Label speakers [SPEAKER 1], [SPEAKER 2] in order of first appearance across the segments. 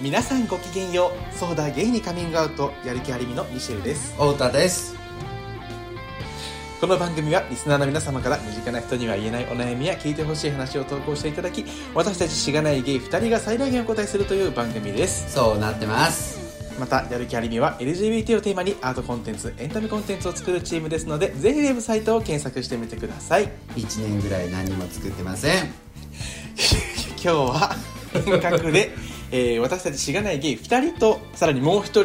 [SPEAKER 1] 皆さんごきげんようソーダゲイにカミングアウトやる気ありみのミシェルです
[SPEAKER 2] 太田です
[SPEAKER 1] この番組はリスナーの皆様から身近な人には言えないお悩みや聞いてほしい話を投稿していただき私たちしがないゲイ2人が最大限お答えするという番組です
[SPEAKER 2] そうなってます
[SPEAKER 1] またやる気ありみは LGBT をテーマにアートコンテンツエンタメコンテンツを作るチームですのでぜひウェブサイトを検索してみてください
[SPEAKER 2] 1年ぐらい何も作ってません
[SPEAKER 1] 今日 は遠隔で、えー私たちしがないゲイ2人とさらにもう1人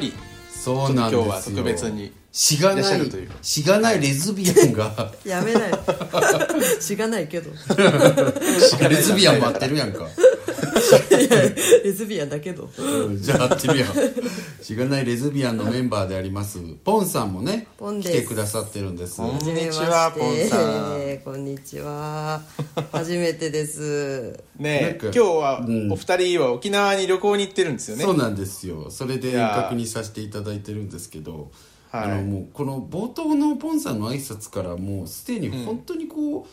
[SPEAKER 2] そ
[SPEAKER 1] ちょ
[SPEAKER 2] う
[SPEAKER 1] っと
[SPEAKER 2] な
[SPEAKER 1] 今
[SPEAKER 2] ん
[SPEAKER 1] 日
[SPEAKER 2] ですよ
[SPEAKER 1] は特別に
[SPEAKER 2] しが
[SPEAKER 1] いらっし
[SPEAKER 2] な
[SPEAKER 1] ゃ
[SPEAKER 2] い
[SPEAKER 1] るという
[SPEAKER 2] しがないレズビアンが
[SPEAKER 3] やめない 知らないけど
[SPEAKER 2] レズビアンも合ってるやんか
[SPEAKER 3] いやレズビアンだけど
[SPEAKER 2] うんじゃあ合ってるやんしがないレズビアンのメンバーでありますポンさんもね
[SPEAKER 3] ポン
[SPEAKER 2] 来
[SPEAKER 3] です
[SPEAKER 2] てくださってるんです
[SPEAKER 1] ポン
[SPEAKER 2] は
[SPEAKER 1] こんにちはポンさん
[SPEAKER 3] んこんにちは初めてです
[SPEAKER 1] ね
[SPEAKER 2] な
[SPEAKER 1] え今
[SPEAKER 2] んか
[SPEAKER 1] 日は
[SPEAKER 2] うん
[SPEAKER 1] お二人は沖縄に旅行に行ってるんですよね、
[SPEAKER 2] そうなんですよそれで
[SPEAKER 1] いやー
[SPEAKER 2] 確認させていただいてるんですけど、
[SPEAKER 1] はい
[SPEAKER 2] あのもうこの冒頭のポンさんの挨拶からもうすでに本当にこう、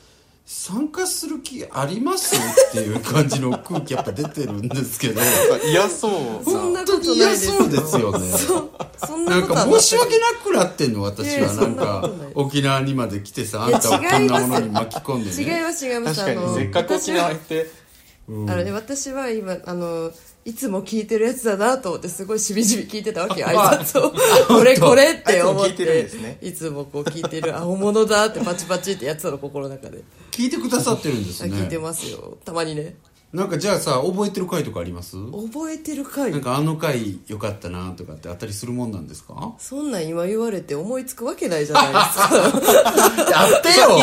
[SPEAKER 2] 参加する気ありますっていう感じの空気やっぱ出てるんですけど
[SPEAKER 1] なんか嫌そう
[SPEAKER 3] そんなことないですよ
[SPEAKER 2] 本当に嫌そうですよね
[SPEAKER 3] そそんな
[SPEAKER 2] なん
[SPEAKER 3] ことは
[SPEAKER 2] か
[SPEAKER 3] 全く
[SPEAKER 2] 申し訳なくなってんの私
[SPEAKER 3] いや
[SPEAKER 2] はい
[SPEAKER 3] や
[SPEAKER 2] なん
[SPEAKER 3] そ
[SPEAKER 2] か
[SPEAKER 3] んなことない
[SPEAKER 2] 沖縄にまで来てさあ
[SPEAKER 3] いや
[SPEAKER 2] んたをこんなものに
[SPEAKER 3] 違い
[SPEAKER 2] 巻き込んで
[SPEAKER 3] 違い
[SPEAKER 2] ね
[SPEAKER 3] ます違いま
[SPEAKER 1] 確
[SPEAKER 3] す
[SPEAKER 1] かにせっかく沖縄行って
[SPEAKER 3] あのね、私は今あのいつも聞いてるやつだなと思ってすごいしみじみ聞いてたわけ挨拶をこれこれって思っ
[SPEAKER 1] あいつも聞いてるん
[SPEAKER 3] て
[SPEAKER 1] ですね
[SPEAKER 3] いつもこう聞いてるあ本物だってパチパチってやってたの心の中で、
[SPEAKER 2] 聞いてくださってるんです
[SPEAKER 3] あ聞いて
[SPEAKER 2] ね
[SPEAKER 3] ますよたまにね
[SPEAKER 2] なんかじゃあさ覚えてる回とかあります
[SPEAKER 3] 覚えてるかい
[SPEAKER 2] なんかあの回良かったなとかってあったりするもんなんですか
[SPEAKER 3] そんなん今言われて思いつくわけないじゃないです か
[SPEAKER 2] やってよ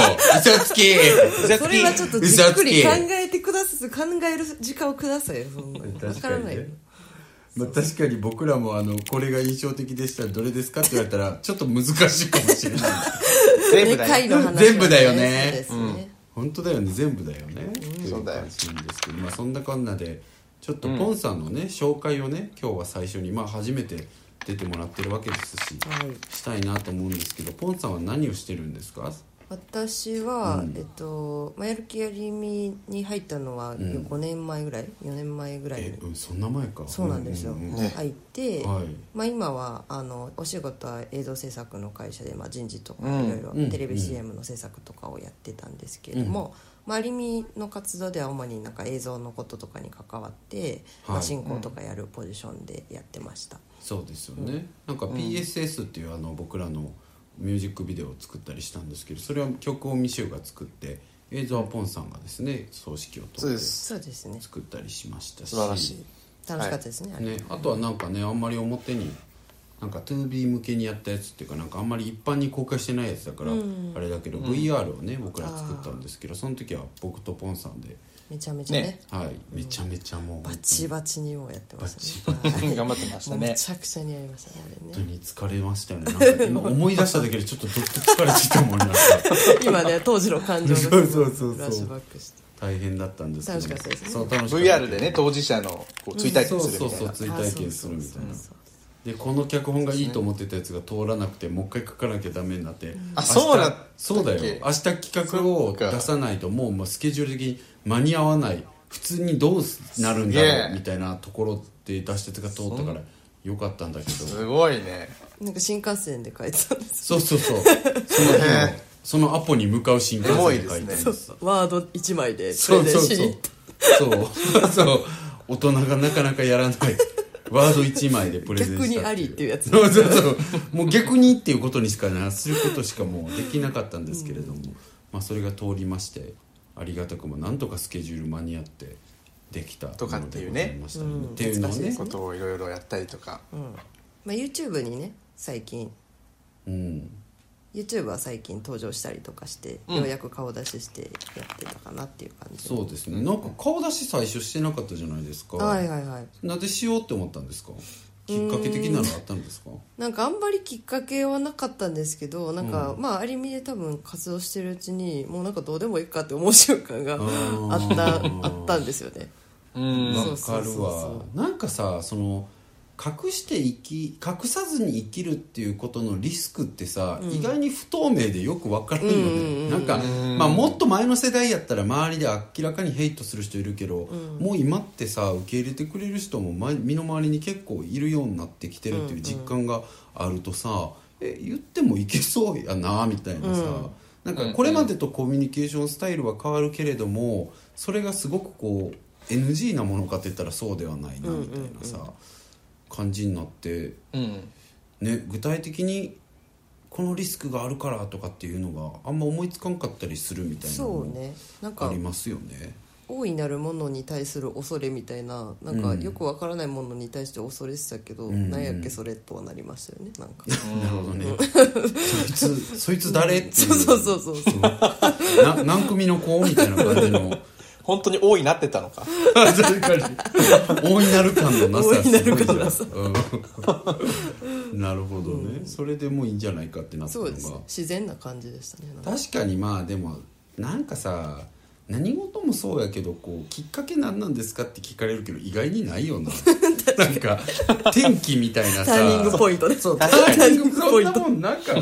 [SPEAKER 2] 嘘つき
[SPEAKER 1] 嘘つき
[SPEAKER 3] それはちょっとじっくり
[SPEAKER 2] 嘘
[SPEAKER 3] 考
[SPEAKER 2] つき
[SPEAKER 3] えてください考える時間をくださいよそんなのわからないよ
[SPEAKER 2] まあ、確かに僕らもあのこれが印象的でしたらどれですかって言われたらちょっと難しいかもし れない
[SPEAKER 1] 全部だよ
[SPEAKER 3] ね貝の話はね
[SPEAKER 2] 全部だよね
[SPEAKER 3] そうですね
[SPEAKER 2] 本当だよね全部だよね、
[SPEAKER 1] そうだよ
[SPEAKER 2] という感じなんですけど、まあ、そんなこんなでちょっとポンさんのね、紹介をね今日は最初にまあ初めて出てもらってるわけですし、
[SPEAKER 3] はい
[SPEAKER 2] したいなと思うんですけどポンさんは何をしてるんですか
[SPEAKER 3] 私は、えっと、まあ、やる気やりみに入ったのは5年前ぐらい、4年前ぐらいに
[SPEAKER 2] え、うん、そんな前か
[SPEAKER 3] そうなんですよ、
[SPEAKER 2] う
[SPEAKER 1] ね
[SPEAKER 3] 入って、
[SPEAKER 2] はい
[SPEAKER 3] まあ、今はあのお仕事は映像制作の会社で、まあ、人事とか
[SPEAKER 1] うん
[SPEAKER 3] いろいろ
[SPEAKER 2] うん
[SPEAKER 3] テレビ CM の制作とかをやってたんですけれども、まあ、アリミの活動では主になんか映像のこととかに関わって、ま
[SPEAKER 2] はい
[SPEAKER 3] あ、進行とかやるポジションでやってました、
[SPEAKER 2] そうですよね、なんか PSS っていうあの僕らのミュージックビデオを作ったりしたんですけどそれは曲をミシェウが作って映像はポンさんがですね総指揮を
[SPEAKER 1] そ
[SPEAKER 2] 取
[SPEAKER 1] うで
[SPEAKER 2] って
[SPEAKER 1] す
[SPEAKER 3] そうですね
[SPEAKER 2] 作ったりしましたし
[SPEAKER 1] 素晴らしい
[SPEAKER 3] 楽しかったですね、あれ
[SPEAKER 2] ね、あとはなんかねあんまり表になんか 2B 向けにやったやつっていうかなんかあんまり一般に公開してないやつだから、あれだけど VR をね僕ら作ったんですけどその時は僕とポンさんで、
[SPEAKER 3] めちゃめちゃね
[SPEAKER 1] ね
[SPEAKER 2] はい、めちゃめちゃもう
[SPEAKER 3] バ
[SPEAKER 2] 本
[SPEAKER 3] チバチにもうやってましたねはい
[SPEAKER 1] 頑張ってまし
[SPEAKER 3] も
[SPEAKER 1] た
[SPEAKER 3] うめ
[SPEAKER 1] ね
[SPEAKER 3] ちゃくちゃにやりましたね あれね
[SPEAKER 2] 当に疲れましたよねなんか今思い出しただけでちょっとどっと疲れてきたもんなんか
[SPEAKER 3] 今ね当時の感情がす
[SPEAKER 2] そ
[SPEAKER 3] ご
[SPEAKER 2] う
[SPEAKER 3] い
[SPEAKER 2] そうそうそう
[SPEAKER 3] フラッシュバックして
[SPEAKER 2] 大変だったんですけど
[SPEAKER 3] 楽しかったですね
[SPEAKER 2] そう楽しかった
[SPEAKER 1] VR でね当事者のこう追体
[SPEAKER 2] そ
[SPEAKER 1] 験
[SPEAKER 2] う
[SPEAKER 1] する
[SPEAKER 2] そう
[SPEAKER 1] みたい
[SPEAKER 2] そう
[SPEAKER 1] な
[SPEAKER 2] 追体験するみたいな
[SPEAKER 3] あそうそうそう
[SPEAKER 2] でこの脚本がいいと思ってたやつが通らなくてもう一回書かなきゃダメになって、
[SPEAKER 1] あ
[SPEAKER 2] 明日
[SPEAKER 1] そうだったっけ
[SPEAKER 2] そうだよ明日企画を出さないともうまあスケジュール的に間に合わない普通にどうなるんだろ
[SPEAKER 1] すげ
[SPEAKER 2] う
[SPEAKER 1] え
[SPEAKER 2] みたいなところで出してが通ったからよかったんだけど
[SPEAKER 1] すごいね
[SPEAKER 3] なんか新幹線で書いてたんです
[SPEAKER 2] そうそうそうその日のそのアポに向かう新幹線で書いて
[SPEAKER 1] エモいです
[SPEAKER 2] る
[SPEAKER 1] ね
[SPEAKER 3] ワード一枚でプ
[SPEAKER 2] そ
[SPEAKER 3] レ
[SPEAKER 2] う
[SPEAKER 3] ゼン
[SPEAKER 2] そう
[SPEAKER 3] し
[SPEAKER 2] そ
[SPEAKER 3] に行
[SPEAKER 2] う
[SPEAKER 3] っ
[SPEAKER 2] そうそう大人がなかなかやらないワード1枚でプレ
[SPEAKER 3] た
[SPEAKER 2] ゼン
[SPEAKER 3] 逆
[SPEAKER 2] し
[SPEAKER 3] に
[SPEAKER 2] た
[SPEAKER 3] ありっていうやつ
[SPEAKER 2] そうそうそうもう逆にっていうことにしかなすることしかもうできなかったんですけれども、まあそれが通りましてありがたくもなんとかスケジュール間に合ってできた
[SPEAKER 1] とかっていう
[SPEAKER 2] ものでござい
[SPEAKER 1] ね
[SPEAKER 2] ましたねっていうのをね
[SPEAKER 1] こ、とをいろいろやったりとか
[SPEAKER 3] まあ YouTube にね最近
[SPEAKER 2] うん、
[SPEAKER 3] YouTube は最近登場したりとかして、ようやく顔出ししてやってたかなっていう感じ
[SPEAKER 2] そうですねなんか顔出し最初してなかったじゃないですか、
[SPEAKER 3] はいはいはい
[SPEAKER 2] なぜしようって思ったんですかきっかけ的なのあったんですか
[SPEAKER 3] なんかあんまりきっかけはなかったんですけどなんか、まあありみで多分活動してるうちにもうなんかどうでもいいかって思う瞬間が
[SPEAKER 2] ー
[SPEAKER 3] あったあったんですよね
[SPEAKER 1] うん
[SPEAKER 2] わ
[SPEAKER 3] そうそ
[SPEAKER 2] か
[SPEAKER 3] うそう
[SPEAKER 2] る
[SPEAKER 3] そう
[SPEAKER 2] わなんかさその隠して生き隠さずに生きるっていうことのリスクってさ、意外に不透明でよく分からんよね、なんか、まあ、もっと前の世代やったら周りで明らかにヘイトする人いるけど、もう今ってさ受け入れてくれる人もま身の回りに結構いるようになってきてるっていう実感があるとさ、え言ってもいけそうやなみたいなさ、なんかこれまでとコミュニケーションスタイルは変わるけれどもそれがすごくこう NG なものかって言ったらそうではないなみたいなさ、感じになって、
[SPEAKER 1] うん
[SPEAKER 2] ね、具体的にこのリスクがあるからとかっていうのがあんま思いつかんかったりするみたいなの
[SPEAKER 3] そ
[SPEAKER 2] も
[SPEAKER 3] うねなん
[SPEAKER 2] あ
[SPEAKER 3] か
[SPEAKER 2] りますよね。
[SPEAKER 3] 大いなるものに対する恐れみたいななんかよくわからないものに対して恐れしたけど、
[SPEAKER 2] ん
[SPEAKER 3] なんやっけそれとはなりましたよねなんか
[SPEAKER 2] なるほどね。そいつ、そいつ誰ってい
[SPEAKER 3] そうそうそうそう
[SPEAKER 2] うな 何組の子みたいな感じの。
[SPEAKER 1] 本当に多いなってたのか
[SPEAKER 2] 確かに大いなる感のなさすごいじゃん
[SPEAKER 3] 大いなる感のなさ
[SPEAKER 2] うんなるほどね、それでもういいんじゃないかってなった
[SPEAKER 3] そ
[SPEAKER 2] の
[SPEAKER 3] う
[SPEAKER 2] が
[SPEAKER 3] です自然な感じでしたねなんか
[SPEAKER 2] 確かにまあでもなんかさ何事もそうやけどこうきっかけ何なんですかって聞かれるけど意外にないよ ななんか天気みたいなさ
[SPEAKER 3] タイミングポイントで
[SPEAKER 2] そうタ
[SPEAKER 1] 確かに
[SPEAKER 2] イミングそんなもんなんか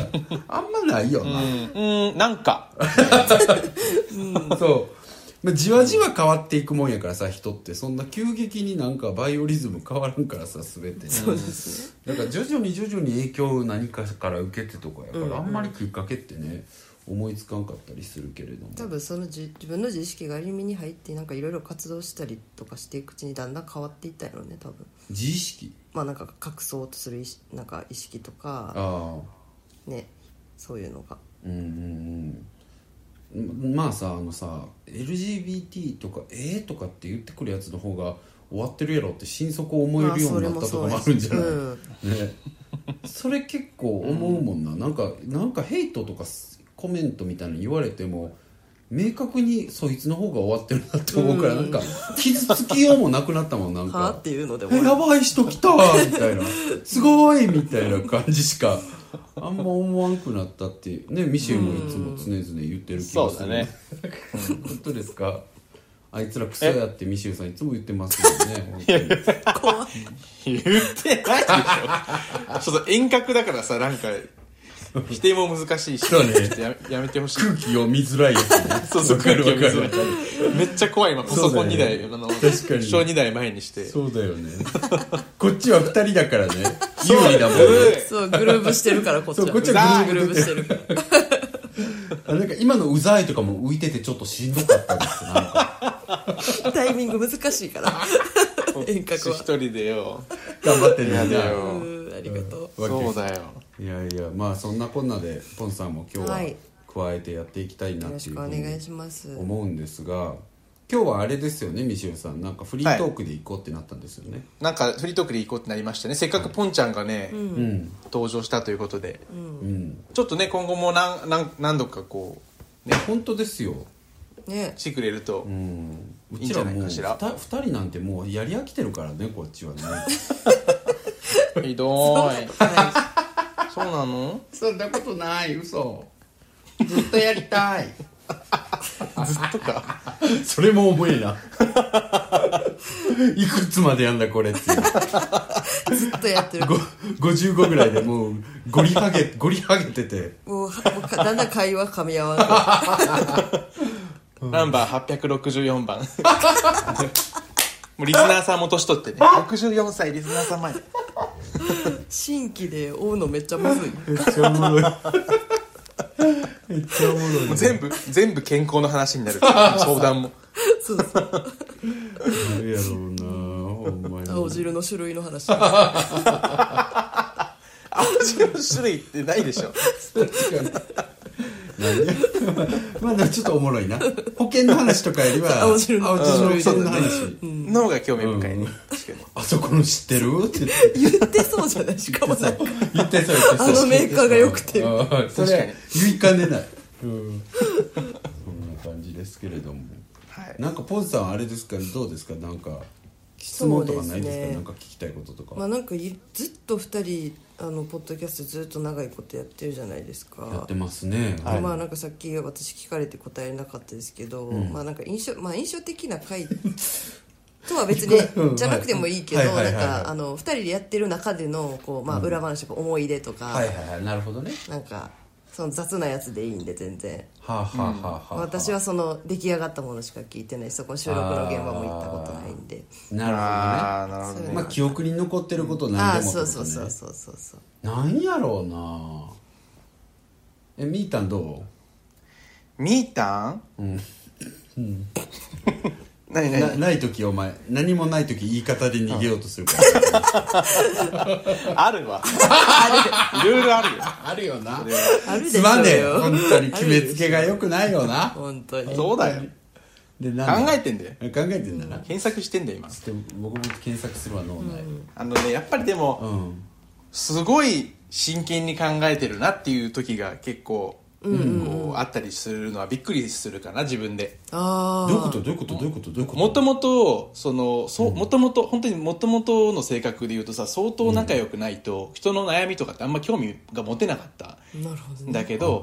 [SPEAKER 2] あんまないよ
[SPEAKER 1] う
[SPEAKER 2] な、
[SPEAKER 1] んうんなんか
[SPEAKER 2] そう、まあ、じわじわ変わっていくもんやからさ人ってそんな急激になんかバイオリズム変わらんからさ全てそうですねだから徐々に徐々に影響を何かから受けてとかやから、あんまりきっかけってね思いつかんかったりするけれども
[SPEAKER 3] 多分そのじ自分の自意識が歩みに入ってなんかいろいろ活動したりとかしていくうちにだんだん変わっていったよね多分
[SPEAKER 2] 自意識
[SPEAKER 3] まあなんか隠そうとする意識なんか意識とか
[SPEAKER 2] ああ
[SPEAKER 3] ねそういうのが
[SPEAKER 2] うんうんうんままあさあのさ LGBT とか「えー?」とかって言ってくるやつの方が終わってるやろって心底思えるようになったとかもあるんじゃない、
[SPEAKER 3] まあそれもそう
[SPEAKER 2] ね、 それ結構思うもんな、なんかなんかヘイトとかすコメントみたいなの言われても明確にそいつの方が終わってるなって思うから、なんか傷つきようもなくなったもんなん
[SPEAKER 3] はあ
[SPEAKER 2] か
[SPEAKER 3] っていうので
[SPEAKER 2] え
[SPEAKER 3] 終
[SPEAKER 2] や
[SPEAKER 3] わ
[SPEAKER 2] ばい人来たみたいなすごいみたいな感じしかあんま思わんくなったっていうねミシェルもいつも常々言ってる気
[SPEAKER 1] そ
[SPEAKER 2] が
[SPEAKER 1] う
[SPEAKER 2] す
[SPEAKER 1] だ
[SPEAKER 2] る
[SPEAKER 1] ね
[SPEAKER 2] 本当ですかあいつらクソやってミシェルさんいつも言ってますよね本当に
[SPEAKER 3] る怖い
[SPEAKER 1] 言ってないでしょ ちょっと遠隔だからさなんか否定も難しいし
[SPEAKER 2] そうね
[SPEAKER 1] ややめてほしい
[SPEAKER 2] 空気読みづらいやつね
[SPEAKER 1] そうそう
[SPEAKER 2] わかるわかる
[SPEAKER 1] 空気読みづらいめっちゃ怖い今パソコン2台、
[SPEAKER 2] そうだね
[SPEAKER 1] あの
[SPEAKER 2] 確かに
[SPEAKER 1] 小2台前にして
[SPEAKER 2] そうだよね こっちは2人だからね有利だもんね
[SPEAKER 3] そうグルーブしてるからこっちは
[SPEAKER 2] そうこっち
[SPEAKER 1] は
[SPEAKER 3] グルーブしてるから
[SPEAKER 2] あなんか今のうざいとかも浮いててちょっとしんどかったですなんか
[SPEAKER 3] タイミング難しいから 遠隔は
[SPEAKER 1] 一人でよ
[SPEAKER 2] 頑張ってる
[SPEAKER 1] や
[SPEAKER 2] ん
[SPEAKER 1] だ
[SPEAKER 2] だ
[SPEAKER 3] う
[SPEAKER 1] よ
[SPEAKER 3] んありがとう
[SPEAKER 1] そうだよ
[SPEAKER 2] いやいやまあそんなこんなでポンさんも今日は
[SPEAKER 3] はい
[SPEAKER 2] 加えてやっていきたいな
[SPEAKER 3] よろ
[SPEAKER 2] って
[SPEAKER 3] し
[SPEAKER 2] いう
[SPEAKER 3] く
[SPEAKER 2] ふ
[SPEAKER 3] お
[SPEAKER 2] う
[SPEAKER 3] 願いし
[SPEAKER 2] に
[SPEAKER 3] ます
[SPEAKER 2] 思うんですが今日はあれですよねミシェルさんなんかフリートークで行こうってなったんですよね、
[SPEAKER 1] なんかフリートークで行こうってなりましたねせっかくポンちゃんがね、
[SPEAKER 2] うん
[SPEAKER 1] 登場したということで、
[SPEAKER 2] うん
[SPEAKER 1] ちょっとね今後も何何何度かこうね
[SPEAKER 2] 本当ですよ
[SPEAKER 3] ね
[SPEAKER 1] してくれると、
[SPEAKER 2] うんう
[SPEAKER 1] いいん
[SPEAKER 2] ち
[SPEAKER 1] じゃ
[SPEAKER 2] ら
[SPEAKER 1] ない
[SPEAKER 2] もう
[SPEAKER 1] かしら
[SPEAKER 2] 2人なんてもうやり飽きてるからねこっちはね
[SPEAKER 1] ひどーい
[SPEAKER 3] は
[SPEAKER 1] そうなの
[SPEAKER 2] そんなことない嘘ずっとやりたい
[SPEAKER 1] ずっとか
[SPEAKER 2] それも重いな いくつまでやんだこれっていう
[SPEAKER 3] いずっとやってる
[SPEAKER 2] ご55ぐらいでもうゴリハゲゴリハゲてて
[SPEAKER 3] もうはもうかだんだん会話噛み合わな
[SPEAKER 1] ナンバー864 番もうリスナーさんも年取ってね64歳リスナーさん前
[SPEAKER 3] い新規で追うのめっちゃむずい
[SPEAKER 2] めっちゃおもろいめっちゃおもろい、
[SPEAKER 1] もう全部全部健康の話になる相談も
[SPEAKER 3] そうそう
[SPEAKER 2] あるやろうなほんまに
[SPEAKER 3] 青汁の種類の話
[SPEAKER 1] 青汁の種類ってないでしょ
[SPEAKER 2] なんでまあでもちょっとおもろいな保険の話とかよりは
[SPEAKER 3] 青汁の
[SPEAKER 2] 青汁の
[SPEAKER 1] うん
[SPEAKER 2] 保険の
[SPEAKER 1] そう
[SPEAKER 2] 話
[SPEAKER 1] の方が興味深い
[SPEAKER 2] うん
[SPEAKER 1] ね確かに
[SPEAKER 2] あそこの知ってるって言って
[SPEAKER 3] 言ってそうじゃないしかもなんか
[SPEAKER 2] 言ってそう言ってそう
[SPEAKER 3] あのメーカーが良くて
[SPEAKER 2] あーそ
[SPEAKER 1] 確かに
[SPEAKER 2] れ言いかねない、うん、そんな感じですけれども
[SPEAKER 1] はい
[SPEAKER 2] なんかポンさんあれですかどうですかなんか質問とかないですか
[SPEAKER 3] そうですね
[SPEAKER 2] なんか聞きたいこととか、
[SPEAKER 3] まあなんかいずっと2人あのポッドキャストずっと長いことやってるじゃないですか
[SPEAKER 2] やってますね
[SPEAKER 3] でまあ
[SPEAKER 2] い
[SPEAKER 3] なんかさっき私聞かれて答えなかったですけど、
[SPEAKER 2] ん
[SPEAKER 3] まあなんか印象まあ印象的な回 とは別に
[SPEAKER 2] うん
[SPEAKER 3] じゃなくてもいいけ
[SPEAKER 2] はい
[SPEAKER 3] ど
[SPEAKER 2] はいは
[SPEAKER 3] ないん
[SPEAKER 2] はい
[SPEAKER 3] かあの2人でやってる中でのこうまあ裏話とか思い出とか
[SPEAKER 2] はいはいはいなるほどね
[SPEAKER 3] なんかその雑なやつでいいんで全然
[SPEAKER 2] はあ、はあはあはあはあ
[SPEAKER 3] 私はその出来上がったものしか聞いてないしそこの収録の現場も行ったことないんで
[SPEAKER 2] なるほどね
[SPEAKER 1] ああなるほどね
[SPEAKER 2] まあ記憶に残ってること
[SPEAKER 3] あ
[SPEAKER 2] 何
[SPEAKER 3] あ
[SPEAKER 2] でもって
[SPEAKER 3] そ
[SPEAKER 2] こ
[SPEAKER 3] う
[SPEAKER 2] と
[SPEAKER 3] そうそう
[SPEAKER 2] ね
[SPEAKER 3] そうそうそう
[SPEAKER 2] なんやろうなえみーたんど
[SPEAKER 1] みーたん
[SPEAKER 2] う、うん、
[SPEAKER 1] 何何
[SPEAKER 2] なない時お前何もない時言い方で逃げようとするから
[SPEAKER 1] あるわいろい ろあるよ
[SPEAKER 2] あるよな
[SPEAKER 3] あるでし
[SPEAKER 2] す
[SPEAKER 3] ょ
[SPEAKER 2] まねえ
[SPEAKER 3] よ
[SPEAKER 2] 本当に決めつけが良くないよな
[SPEAKER 3] 本当に
[SPEAKER 1] そうだよ
[SPEAKER 2] で
[SPEAKER 1] 考
[SPEAKER 2] なんだ
[SPEAKER 1] えてんだよ
[SPEAKER 2] 考えてんだな
[SPEAKER 1] 検索してんだよ今
[SPEAKER 2] ちょっと僕も検索するわ脳内
[SPEAKER 1] あのねやっぱりでも
[SPEAKER 2] うん
[SPEAKER 1] すごい真剣に考えてるなっていう時が結構こうあったりするのはびっくりするかな自分で
[SPEAKER 3] あ
[SPEAKER 2] ど
[SPEAKER 3] あ
[SPEAKER 2] ういうことどういうことどういうことどういうこと
[SPEAKER 1] もともとそのそうもともと本当にもともとの性格で言うとさ相当仲良くないと人の悩みとかってあんま興味が持てなかった
[SPEAKER 3] なるほど
[SPEAKER 1] ん
[SPEAKER 3] ね
[SPEAKER 1] だけど、
[SPEAKER 2] うん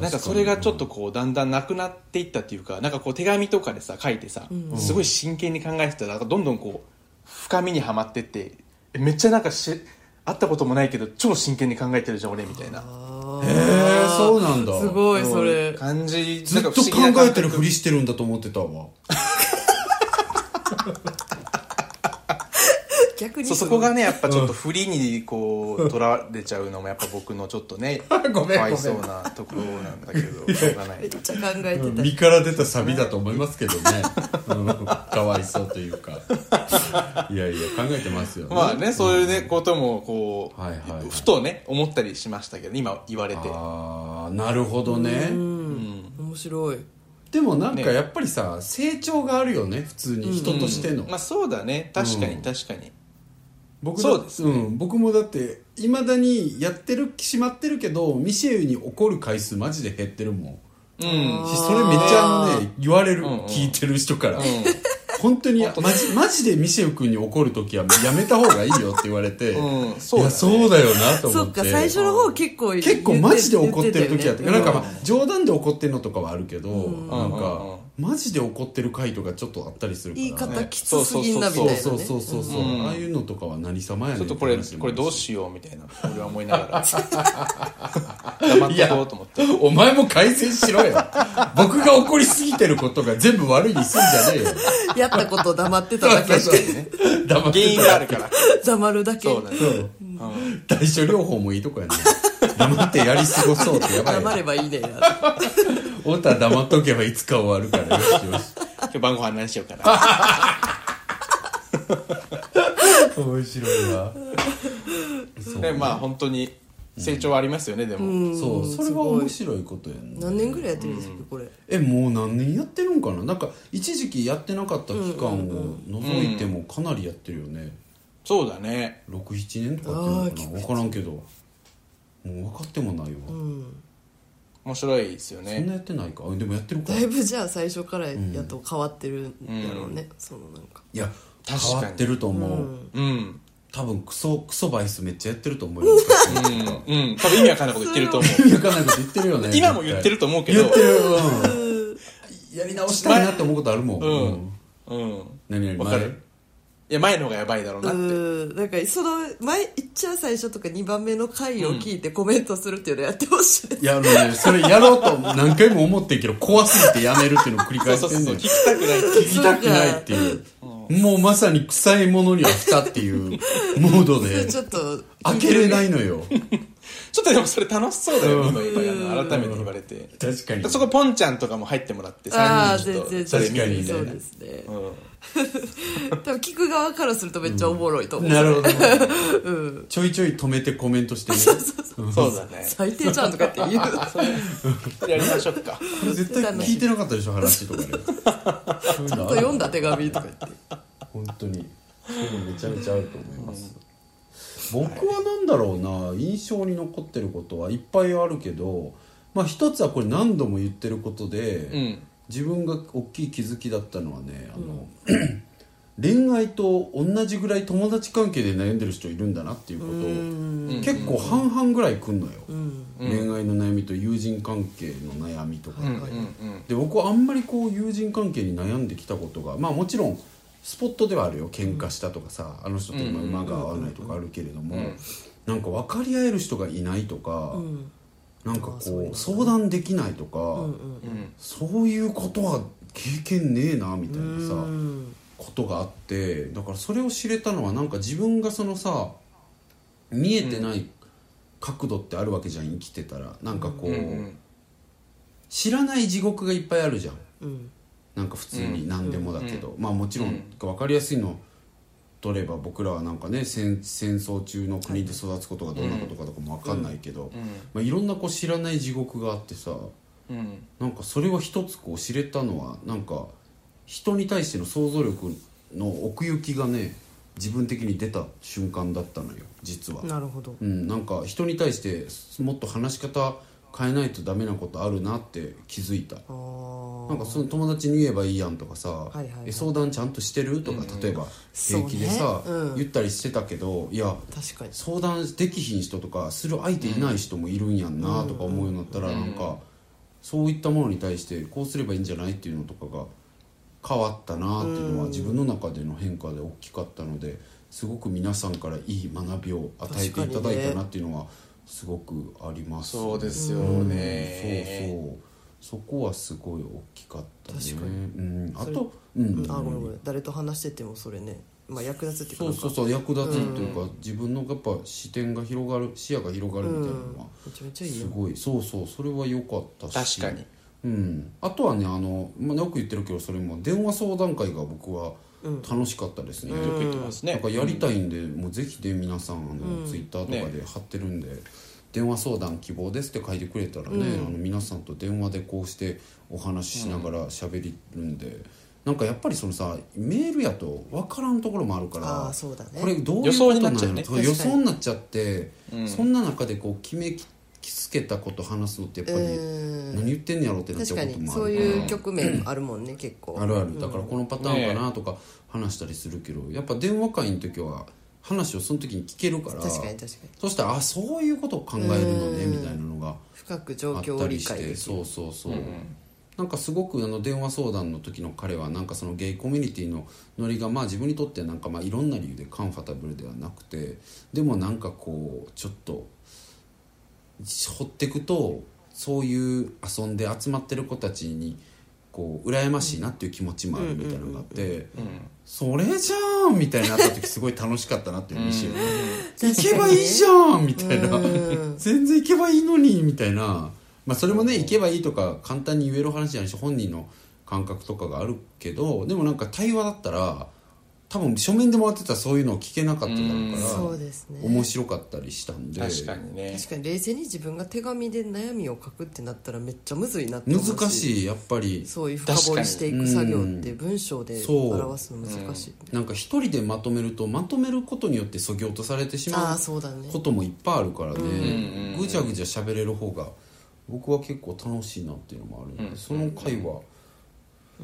[SPEAKER 1] なんかそれがちょっとこうだんだんなくなっていったっていうかなんかこう手紙とかでさ書いてさ、すごい真剣に考えてたらなんかどんどんこう深みにはまってってえめっちゃなんかし会ったこともないけど超真剣に考えてるじゃん俺みたいな
[SPEAKER 2] へえそうなんだ
[SPEAKER 3] すごいそれ
[SPEAKER 1] 感じ
[SPEAKER 2] ずっと考えてるふりしてるんだと思ってたわ
[SPEAKER 3] 逆に
[SPEAKER 1] そうそこがねやっぱちょっと不利にこう取られちゃうのもやっぱ僕のちょっとね
[SPEAKER 2] ごめん
[SPEAKER 1] かわいそうなところなんだけ どしょうがな
[SPEAKER 3] めっ
[SPEAKER 1] い
[SPEAKER 3] ちゃ考えてた
[SPEAKER 2] 身から出たサビだと思いますけどね、うんかわいそうというかいやいや考えてますよね
[SPEAKER 1] まあねそういうねこともこう、
[SPEAKER 2] はいはいはい
[SPEAKER 1] ふとね思ったりしましたけど今言われて
[SPEAKER 2] ああなるほどね
[SPEAKER 3] 面白い
[SPEAKER 2] でもなんかやっぱりさ成長があるよね普通に人としての
[SPEAKER 1] まあそうだね確か
[SPEAKER 2] う
[SPEAKER 1] に
[SPEAKER 2] ん
[SPEAKER 1] 確かに、
[SPEAKER 2] 僕だ
[SPEAKER 1] そうです
[SPEAKER 2] うん、僕もだっていまだにやってるしまってるけどミシェルに怒る回数マジで減ってるも
[SPEAKER 1] うん
[SPEAKER 2] ん
[SPEAKER 3] あ
[SPEAKER 2] しそれめっちゃあの
[SPEAKER 3] あ
[SPEAKER 2] ね言われる、
[SPEAKER 1] うんうん
[SPEAKER 2] 聞いてる人から、
[SPEAKER 1] うん
[SPEAKER 2] 本当にマジマジでミシェル君に怒る時はもうやめた方がいいよって言われて、
[SPEAKER 1] うんそうだね
[SPEAKER 2] いやそうだよなと思
[SPEAKER 3] そ
[SPEAKER 2] っ
[SPEAKER 3] ってか最初の方結構
[SPEAKER 2] 結構マジで怒ってる時やった
[SPEAKER 3] 言
[SPEAKER 2] なん
[SPEAKER 3] て
[SPEAKER 2] か、
[SPEAKER 3] た
[SPEAKER 2] ま
[SPEAKER 3] よ
[SPEAKER 2] あ
[SPEAKER 3] ね、
[SPEAKER 2] 冗談で怒ってるのとかはあるけど、なん
[SPEAKER 1] うんうん
[SPEAKER 2] か
[SPEAKER 1] うん、
[SPEAKER 2] マジで怒ってる回とかちょっとあったりするから
[SPEAKER 3] 言い方
[SPEAKER 1] ね
[SPEAKER 3] きつすぎんなみたい
[SPEAKER 2] そう
[SPEAKER 3] なね
[SPEAKER 2] そうそうそうそう、
[SPEAKER 1] うん
[SPEAKER 2] ああいうのとかは何様やねん
[SPEAKER 1] ちょっとこれ
[SPEAKER 2] て話にな
[SPEAKER 1] これ
[SPEAKER 2] るし
[SPEAKER 1] どうしようみたいな俺は思いなが ら黙っとこうと思って
[SPEAKER 2] お前も改善しろ よ僕が怒りすぎてることが全部悪いにすんじゃねえよ
[SPEAKER 3] やったことを黙ってただ け
[SPEAKER 2] そうそう黙っ
[SPEAKER 1] 原
[SPEAKER 2] て
[SPEAKER 1] 因
[SPEAKER 2] た
[SPEAKER 1] があるから
[SPEAKER 3] 黙るだけ
[SPEAKER 1] そうだね
[SPEAKER 2] そう
[SPEAKER 1] うん
[SPEAKER 2] 対処療法もいいとこやね黙ってやり過ごそうってやばい
[SPEAKER 3] 黙
[SPEAKER 2] よ
[SPEAKER 3] ればいいねや
[SPEAKER 2] 太田は黙っとけばいつか終わるからよしよし
[SPEAKER 1] 今日晩ご飯何しようかな
[SPEAKER 2] 面白いわ
[SPEAKER 1] でまあ本当に成長はありますよねでも、
[SPEAKER 2] そうそれは面白いことやんな
[SPEAKER 3] 何年ぐらいやってるんですかこれ
[SPEAKER 2] えもう何年やってるんかななんか一時期やってなかった期間を除いてもかなりやってるよね、
[SPEAKER 1] そうだね
[SPEAKER 2] 67年とかやってるのかな分からんけどもう分かってもないわ、
[SPEAKER 1] 面白いですよ
[SPEAKER 2] そん
[SPEAKER 1] ね
[SPEAKER 2] なやってないかあでもやってるか
[SPEAKER 3] だいぶじゃあ最初からやっと変わってるんだろうねそのなんか
[SPEAKER 2] いや
[SPEAKER 1] 確かに
[SPEAKER 2] 変わってると思う、
[SPEAKER 1] うん
[SPEAKER 2] 多分クソクソバイスめっちゃやってると思うよ昔の人が
[SPEAKER 1] うん、多分意味わかんないこと言ってると思う
[SPEAKER 2] 意味わかんないこと言ってるよね
[SPEAKER 1] 今も言ってると思うけど
[SPEAKER 2] 言ってる、うん、やり直したいなって思うことあるもん、
[SPEAKER 1] うん
[SPEAKER 2] ん
[SPEAKER 1] うん
[SPEAKER 2] 何々
[SPEAKER 1] わかるいや前の方がやばいだろう
[SPEAKER 3] う
[SPEAKER 1] なって
[SPEAKER 3] んなんかその前いっちゃ最初とか2番目の回を聞いてコメントするっていうのやってほしい
[SPEAKER 2] いやあのねそれやろうと何回も思ってんけど怖すぎてやめるっていうのを繰り
[SPEAKER 1] そう
[SPEAKER 2] 返し
[SPEAKER 1] そう
[SPEAKER 2] て
[SPEAKER 1] そ
[SPEAKER 2] ん
[SPEAKER 1] う
[SPEAKER 2] ねん
[SPEAKER 1] 聞きたくない
[SPEAKER 2] 聞きたくないっていうもうまさに臭いものには蓋っていうモード
[SPEAKER 3] それ
[SPEAKER 2] で
[SPEAKER 3] ちょっと
[SPEAKER 2] 開けれないいのよ
[SPEAKER 1] ちょっとでもそれ楽しそうだよ
[SPEAKER 2] うん
[SPEAKER 1] 今やっぱりあの改めて言われて
[SPEAKER 2] 確かに
[SPEAKER 1] そこポンちゃんとかも入ってもらって3
[SPEAKER 3] ああ
[SPEAKER 1] 人ちょ
[SPEAKER 3] 全
[SPEAKER 1] っ
[SPEAKER 3] 然
[SPEAKER 1] とそれ見
[SPEAKER 2] 確かに
[SPEAKER 1] に
[SPEAKER 2] ね
[SPEAKER 3] そうですね
[SPEAKER 1] うん
[SPEAKER 3] 多分聞く側からするとめっちゃおもろいと思う、
[SPEAKER 2] なるほど、ちょいちょい止めてコメントしてね
[SPEAKER 1] そうだね
[SPEAKER 3] 最低じゃんとかって言う
[SPEAKER 1] やりましょうか
[SPEAKER 2] これ絶対聞いてなかったでしょ話とかでそういう
[SPEAKER 3] ちゃん
[SPEAKER 2] の
[SPEAKER 3] と
[SPEAKER 2] ある
[SPEAKER 3] 読んだ手紙とか言って
[SPEAKER 2] 本当にそういうのめちゃめちゃあると思います、僕は何だろうな印象に残ってることはいっぱいあるけどまあ一つはこれ何度も言ってることで、
[SPEAKER 1] うん
[SPEAKER 2] 自分が大きい気づきだったのはねあの、 恋愛と同じぐらい友達関係で悩んでる人いるんだなっていうことを結構半々ぐらい来んのよ、恋愛の悩みと友人関係の悩みとかが、
[SPEAKER 1] うんうん
[SPEAKER 2] で僕はあんまりこう友人関係に悩んできたことがまあもちろんスポットではあるよ喧嘩したとかさ、あの人と今馬が合わないとかあるけれども、
[SPEAKER 1] うん
[SPEAKER 2] なんか分かり合える人がいないとか、
[SPEAKER 3] うん
[SPEAKER 2] なんか
[SPEAKER 3] あ
[SPEAKER 2] こ
[SPEAKER 3] ーそういう
[SPEAKER 2] う
[SPEAKER 3] の
[SPEAKER 2] 相談できないとか、
[SPEAKER 3] うんうん
[SPEAKER 1] うん
[SPEAKER 2] そういうことは経験ねえなみたいなさ、
[SPEAKER 3] うん
[SPEAKER 2] ことがあってだからそれを知れたのはなんか自分がそのさ見えてない角度ってあるわけじゃん生きてたらなんかこう、
[SPEAKER 1] うんうん
[SPEAKER 2] 知らない地獄がいっぱいあるじゃん
[SPEAKER 3] うん
[SPEAKER 2] なんか普通に何でもだけど、まあもちろん分かりやすいの取れば僕らはなんかね戦戦争中の国で育つことがどんなことかとかも分かんないけど、まあ、いろんなこう知らない地獄があってさ
[SPEAKER 1] うんうん
[SPEAKER 2] なんかそれは一つこう知れたのはなんか人に対しての想像力の奥行きがね自分的に出た瞬間だったのよ実は、
[SPEAKER 3] なるほど
[SPEAKER 2] うん、なんか人に対してもっと話し方変えないとダメなことあるなって気づいた
[SPEAKER 3] あ
[SPEAKER 2] な
[SPEAKER 3] ー
[SPEAKER 2] んかその友達に言えばいいやんとかさ、
[SPEAKER 3] いはいはい
[SPEAKER 2] え相談ちゃんとしてるとか、例えば平気でさ、
[SPEAKER 3] そうねうん
[SPEAKER 2] 言ったりしてたけどいや
[SPEAKER 3] 確かに
[SPEAKER 2] 相談できひん人とかする相手いない人もいるんやんなとか思うようになったら
[SPEAKER 1] うん
[SPEAKER 2] なんかそういったものに対してこうすればいいんじゃないっていうのとかが変わったなっていうのは自分の中での変化で大きかったのですごく皆さんからいい学びを与えていただいたなっていうのはすごくあります
[SPEAKER 1] そうですよ
[SPEAKER 2] うんそう
[SPEAKER 1] ね
[SPEAKER 2] そうそこはすごい大きかったね
[SPEAKER 3] 確か
[SPEAKER 2] うん、あ
[SPEAKER 3] それ
[SPEAKER 2] とうん
[SPEAKER 3] うんあごめんごめん誰と話しててもそれねまあ役立つっていうか
[SPEAKER 2] そうそう
[SPEAKER 3] なんか
[SPEAKER 2] そう役立つっていうか、自分のやっぱ視点が広がる視野が広がるみたいなのは、
[SPEAKER 3] めちゃめちゃいい
[SPEAKER 2] す
[SPEAKER 3] よ
[SPEAKER 2] ごいそうそうそれは良かったし
[SPEAKER 1] 確かに、
[SPEAKER 2] うん、あとはねあの、まあ、よく言ってるけどそれも電話相談会が僕は
[SPEAKER 3] うん
[SPEAKER 2] 楽しかったですね、
[SPEAKER 1] よく言ってますね
[SPEAKER 2] なんかやりたいんで、もうぜひで皆さんあの、
[SPEAKER 3] うん
[SPEAKER 2] ツイッターとかで貼ってるんで、電話相談希望ですって書いてくれたらね、
[SPEAKER 3] うん
[SPEAKER 2] あの皆さんと電話でこうしてお話ししながら喋るんで、なんかやっぱりそのさメールやと分からんところもあるから
[SPEAKER 3] ああそうだね
[SPEAKER 2] これどういう
[SPEAKER 1] 予
[SPEAKER 2] ことな
[SPEAKER 1] 想に
[SPEAKER 2] の
[SPEAKER 1] なっちゃうね
[SPEAKER 2] そう予
[SPEAKER 3] 確かに
[SPEAKER 2] 想になっちゃって、
[SPEAKER 1] うん
[SPEAKER 2] そんな中でこう決めきつけたこと話すのってやっぱり、
[SPEAKER 3] うん
[SPEAKER 2] 何言ってんやろってなっち
[SPEAKER 3] 確
[SPEAKER 2] ゃ
[SPEAKER 3] か
[SPEAKER 2] うこと
[SPEAKER 3] に
[SPEAKER 2] もある
[SPEAKER 3] そういう局面あるもんね結構
[SPEAKER 2] あるあるだからこのパターンかなとか話したりするけど、やっぱ電話会の時は話をその時に聞けるから
[SPEAKER 3] 確かに確かに
[SPEAKER 2] そしたらあそういうことを考えるのね
[SPEAKER 3] うん
[SPEAKER 2] みたいなのが
[SPEAKER 3] 深く状
[SPEAKER 2] あ
[SPEAKER 3] 況
[SPEAKER 2] った
[SPEAKER 3] を
[SPEAKER 2] り
[SPEAKER 3] 理
[SPEAKER 2] し
[SPEAKER 3] 解で
[SPEAKER 2] て
[SPEAKER 3] き
[SPEAKER 2] そ
[SPEAKER 3] る
[SPEAKER 2] うそうそう、なんかすごくあの電話相談の時の彼はなんかそのゲイコミュニティのノリがまあ自分にとってはなんかまあいろんな理由でカンファタブルではなくてでもなんかこうちょっと掘ってくとそういう遊んで集まってる子たちにこう羨ましいなっていう気持ちもあるみたいなのがあって「それじゃん!」みたいになった時すごい楽しかったなっていう西
[SPEAKER 1] うん
[SPEAKER 2] 行けばいいじゃん!」みたいな。
[SPEAKER 3] うん
[SPEAKER 2] 全然行けばいいのにみたいな、まあ、それもね行けばいいとか簡単に言える話じゃないし本人の感覚とかがあるけどでもなんか対話だったら多分書面でもらってたらそういうのを聞けなかっただろうから
[SPEAKER 3] そうですね
[SPEAKER 2] 面白かったりしたんで
[SPEAKER 1] 確かにね
[SPEAKER 3] 確かに冷静に自分が手紙で悩みを書くってなったらめっちゃむずいなって思う
[SPEAKER 2] 難
[SPEAKER 3] い
[SPEAKER 2] しいやっぱり
[SPEAKER 3] そういう深掘りしていく作業って
[SPEAKER 2] う
[SPEAKER 3] 文章で
[SPEAKER 2] そう
[SPEAKER 3] 表すの難しい
[SPEAKER 2] なんか一人でまとめるとまとめることによってそぎ落とされてし
[SPEAKER 3] あ
[SPEAKER 2] ま
[SPEAKER 3] あ
[SPEAKER 2] う
[SPEAKER 3] そうだね
[SPEAKER 2] こともいっぱいあるからね
[SPEAKER 1] うん
[SPEAKER 2] ぐちゃぐちゃ喋れる方が僕は結構楽しいなっていうのもあるんで、
[SPEAKER 1] うん
[SPEAKER 2] その回は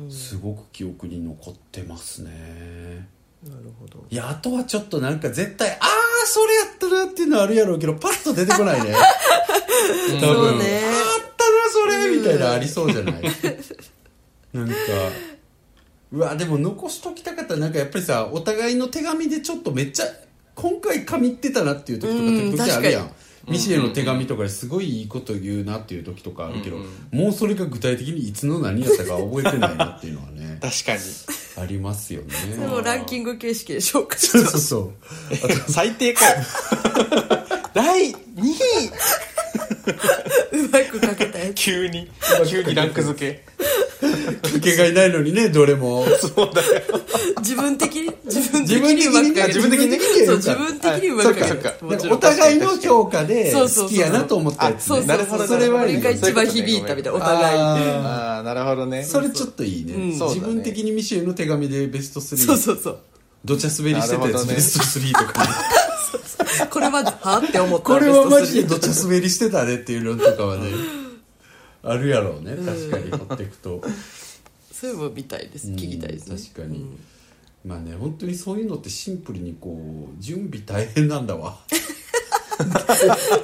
[SPEAKER 2] すごく記憶に残ってますね
[SPEAKER 3] なるほど
[SPEAKER 2] いやあとはちょっとなんか絶対ああそれやったなっていうのはあるやろうけどパッと出てこない ね多分
[SPEAKER 3] そ
[SPEAKER 2] あった
[SPEAKER 3] うね
[SPEAKER 2] なそれみたいなありそうじゃない なんかうわでも残しときたかったなんかやっぱりさお互いの手紙でちょっとめっちゃ今回神ってたなっていう時
[SPEAKER 3] うん
[SPEAKER 2] とか時々あるや
[SPEAKER 3] 確
[SPEAKER 2] んミシェルの手紙とかですごいいいこと言うなっていう時とかあるけど、もうそれが具体的にいつの何やったか覚えてないなっていうのは ね
[SPEAKER 1] 確かに
[SPEAKER 2] ありますよね
[SPEAKER 3] それもランキング形式で紹介し
[SPEAKER 2] そう
[SPEAKER 3] ます
[SPEAKER 2] そうそう
[SPEAKER 1] 最低かよ 第2位
[SPEAKER 3] うまく書けたや つ
[SPEAKER 1] 急に急にランク付け
[SPEAKER 2] かけがいないのにねどれも
[SPEAKER 3] 自分的に自分的
[SPEAKER 2] 自分的
[SPEAKER 3] に
[SPEAKER 2] に
[SPEAKER 3] うまく書けた
[SPEAKER 1] 自分的にね
[SPEAKER 3] そう自分的にうまく書け
[SPEAKER 1] そ
[SPEAKER 3] た
[SPEAKER 1] っかそっか
[SPEAKER 2] なんか
[SPEAKER 1] ろ
[SPEAKER 2] お
[SPEAKER 1] ん確か
[SPEAKER 2] 互い
[SPEAKER 1] に
[SPEAKER 2] の評価で
[SPEAKER 3] そうそうそ
[SPEAKER 2] 好
[SPEAKER 3] う
[SPEAKER 2] きやなと思ったやつ
[SPEAKER 3] そう
[SPEAKER 2] ね
[SPEAKER 3] そ
[SPEAKER 1] な
[SPEAKER 3] う
[SPEAKER 1] る
[SPEAKER 3] そ
[SPEAKER 1] ほ
[SPEAKER 3] う
[SPEAKER 1] ど
[SPEAKER 3] それは
[SPEAKER 1] なるほど
[SPEAKER 3] が一番響いたみたいなお互いに
[SPEAKER 2] あ
[SPEAKER 1] ああなるほどね
[SPEAKER 2] ーそれちょっといいね
[SPEAKER 3] うん
[SPEAKER 2] 自分的にミシェルの手紙でベスト
[SPEAKER 3] そう
[SPEAKER 2] 3
[SPEAKER 3] そうそう
[SPEAKER 2] どちゃ滑りしてた
[SPEAKER 1] なる
[SPEAKER 2] や
[SPEAKER 1] ほ
[SPEAKER 2] つ
[SPEAKER 1] どね
[SPEAKER 2] ベスト3とかね
[SPEAKER 3] これまではって思った
[SPEAKER 2] これはマジで
[SPEAKER 3] ベス
[SPEAKER 2] ど
[SPEAKER 3] ト
[SPEAKER 2] ちゃ滑りしてたねっていうのとかはね あるやろうね確かに掘っていくと
[SPEAKER 3] スリーそれも見たい です聞きたいですね
[SPEAKER 2] 確かにまあね本当にそういうのってシンプルにこう準備大変なんだわ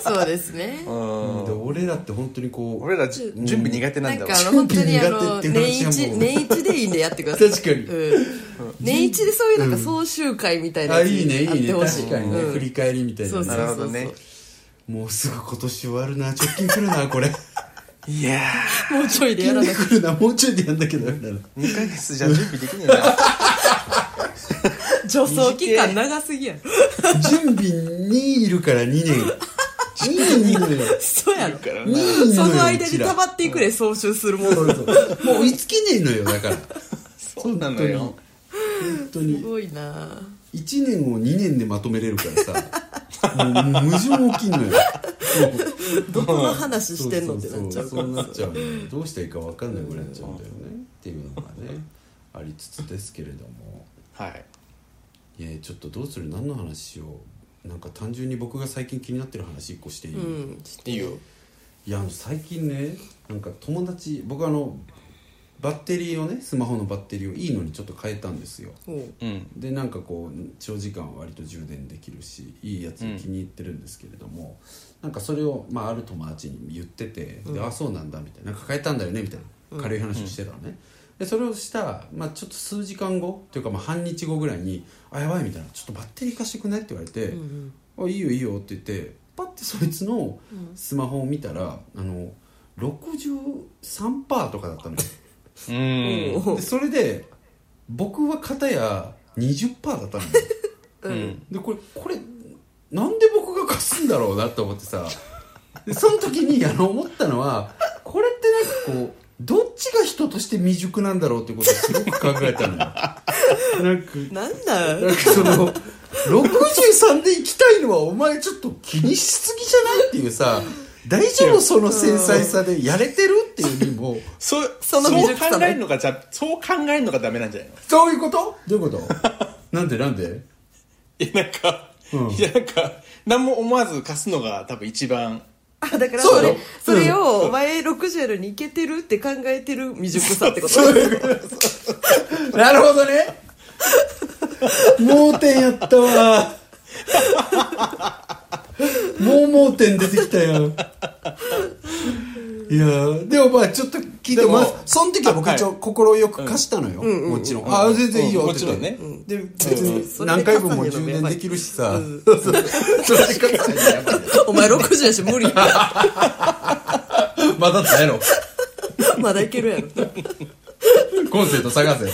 [SPEAKER 3] そうですね
[SPEAKER 2] で俺らって本当にこう
[SPEAKER 1] 俺らじ準備苦手な
[SPEAKER 3] なんん
[SPEAKER 1] だ
[SPEAKER 3] か
[SPEAKER 1] わ
[SPEAKER 3] あの本当にあ
[SPEAKER 2] 準備苦
[SPEAKER 3] の
[SPEAKER 2] 手って話
[SPEAKER 3] 年
[SPEAKER 2] は
[SPEAKER 3] 一
[SPEAKER 2] もう
[SPEAKER 3] 年一でいいんでやってください
[SPEAKER 2] 確かに
[SPEAKER 3] うん年一でそういうなんか総集会みたいな
[SPEAKER 2] あ
[SPEAKER 3] やつ
[SPEAKER 2] いいねいい
[SPEAKER 3] あって
[SPEAKER 2] ね
[SPEAKER 3] ほしい
[SPEAKER 2] 確かにね、
[SPEAKER 3] うん
[SPEAKER 2] 振り返りみたいな、ね、
[SPEAKER 3] そうそう
[SPEAKER 1] な
[SPEAKER 3] そ
[SPEAKER 1] るほ
[SPEAKER 3] う
[SPEAKER 1] どね
[SPEAKER 2] もうすぐ今年終わるな直近来るな これ
[SPEAKER 1] いや
[SPEAKER 3] もうちょいでや
[SPEAKER 2] 直
[SPEAKER 3] ら
[SPEAKER 2] 近
[SPEAKER 3] な
[SPEAKER 2] で
[SPEAKER 3] い
[SPEAKER 2] 来るなもうちょいでやんなきゃダメだな
[SPEAKER 1] ー2ヶ月じゃ準備できねえな
[SPEAKER 3] 助走期間長すぎやろ
[SPEAKER 2] 準備にいるから2年2年いるのよ
[SPEAKER 3] そうやろ
[SPEAKER 1] から
[SPEAKER 2] 2
[SPEAKER 1] な
[SPEAKER 2] 年いる
[SPEAKER 3] そ
[SPEAKER 2] のよ
[SPEAKER 3] の間
[SPEAKER 2] う
[SPEAKER 3] に
[SPEAKER 2] ちら
[SPEAKER 3] たまっていくで総集するも
[SPEAKER 2] そ
[SPEAKER 3] の
[SPEAKER 2] うそうもう追いつけねえのよだから
[SPEAKER 1] そうなのよ
[SPEAKER 2] 本当
[SPEAKER 3] す
[SPEAKER 2] に
[SPEAKER 3] ごいな
[SPEAKER 2] 1年を2年でまとめれるからさもう矛盾起きんのよ
[SPEAKER 3] どこの話してんのってなっちゃう
[SPEAKER 2] そうそうそうそうなっちゃうねどうしたらいいか分かんなくなっちゃうんだよねっていうのがねありつつですけれども
[SPEAKER 1] はい
[SPEAKER 2] いやちょっとどうする何の話しようなんか単純に僕が最近気になってる話1個していい、
[SPEAKER 3] うん
[SPEAKER 1] いいよ
[SPEAKER 2] いやあの最近ねなんか友達僕あのバッテリーをねスマホのバッテリーをいいのにちょっと変えたんですよ
[SPEAKER 3] おう
[SPEAKER 1] うん
[SPEAKER 2] でなんかこう長時間は割と充電できるしいいやつを気に入ってるんですけれども、なんかそれを、まあ、ある友達に言ってて「であそうなんだ」みたいな「なんか変えたんだよね」みたいな軽い話をしてたのね、でそれをした、まあ、ちょっと数時間後というかまあ半日後ぐらいに「あやばい」みたいな「ちょっとバッテリー貸してくんない?」って言われて
[SPEAKER 3] うん
[SPEAKER 2] 「
[SPEAKER 3] うん
[SPEAKER 2] あいいよいいよ」って言ってパッてそいつのスマホを見たら、あの63%とかだったのよ。
[SPEAKER 1] う
[SPEAKER 3] お
[SPEAKER 1] ん
[SPEAKER 3] う
[SPEAKER 2] でそれで僕は片や20%だったのよ
[SPEAKER 1] うん
[SPEAKER 2] でこれこれなんで僕が貸すんだろうなと思ってさでその時にあの思ったのはこれってなんかこうどっちが人として未熟なんだろうってことをすごく考えたのよなんか
[SPEAKER 3] なんだ
[SPEAKER 2] なんかその63で行きたいのはお前ちょっと気にしすぎじゃないっていうさ大丈夫その繊細さでやれてるっていうにも
[SPEAKER 1] そう
[SPEAKER 3] そ
[SPEAKER 1] そ
[SPEAKER 3] の
[SPEAKER 1] の
[SPEAKER 3] 未
[SPEAKER 1] そう
[SPEAKER 3] 熟さね
[SPEAKER 1] 考えるのがじゃそう考えるのがダメなんじゃないの
[SPEAKER 2] そういうことどういうことなんでなんで
[SPEAKER 1] いやなんか、
[SPEAKER 2] うん
[SPEAKER 1] いやなんか何も思わず貸すのが多分一番
[SPEAKER 3] あだから
[SPEAKER 2] そ
[SPEAKER 3] そ
[SPEAKER 2] だ
[SPEAKER 3] うれ
[SPEAKER 2] よ
[SPEAKER 3] それをお前60やのにいけてるって考えてる未熟さってこと
[SPEAKER 2] なるほどね。盲点やったわ。もう盲点出てきたやん。いやーでもまあちょっと聞いて
[SPEAKER 1] でも
[SPEAKER 2] まあその時は僕
[SPEAKER 1] あはい
[SPEAKER 2] 一応心よく貸したのよ、もちろん、ああ全然いいよ
[SPEAKER 1] うん
[SPEAKER 2] って言って、
[SPEAKER 1] もちろ
[SPEAKER 2] で別
[SPEAKER 3] そ
[SPEAKER 2] に
[SPEAKER 3] れ
[SPEAKER 2] 何
[SPEAKER 3] で
[SPEAKER 2] 回分も
[SPEAKER 3] 貸さん
[SPEAKER 2] 充
[SPEAKER 3] でる
[SPEAKER 2] 電
[SPEAKER 3] の
[SPEAKER 2] できるしさ、
[SPEAKER 3] うん
[SPEAKER 2] そうそう それで貸したんややっぱり
[SPEAKER 3] お前60やし 無理
[SPEAKER 2] まだだや ろ
[SPEAKER 3] まだいけるやろ
[SPEAKER 2] コンセント探せ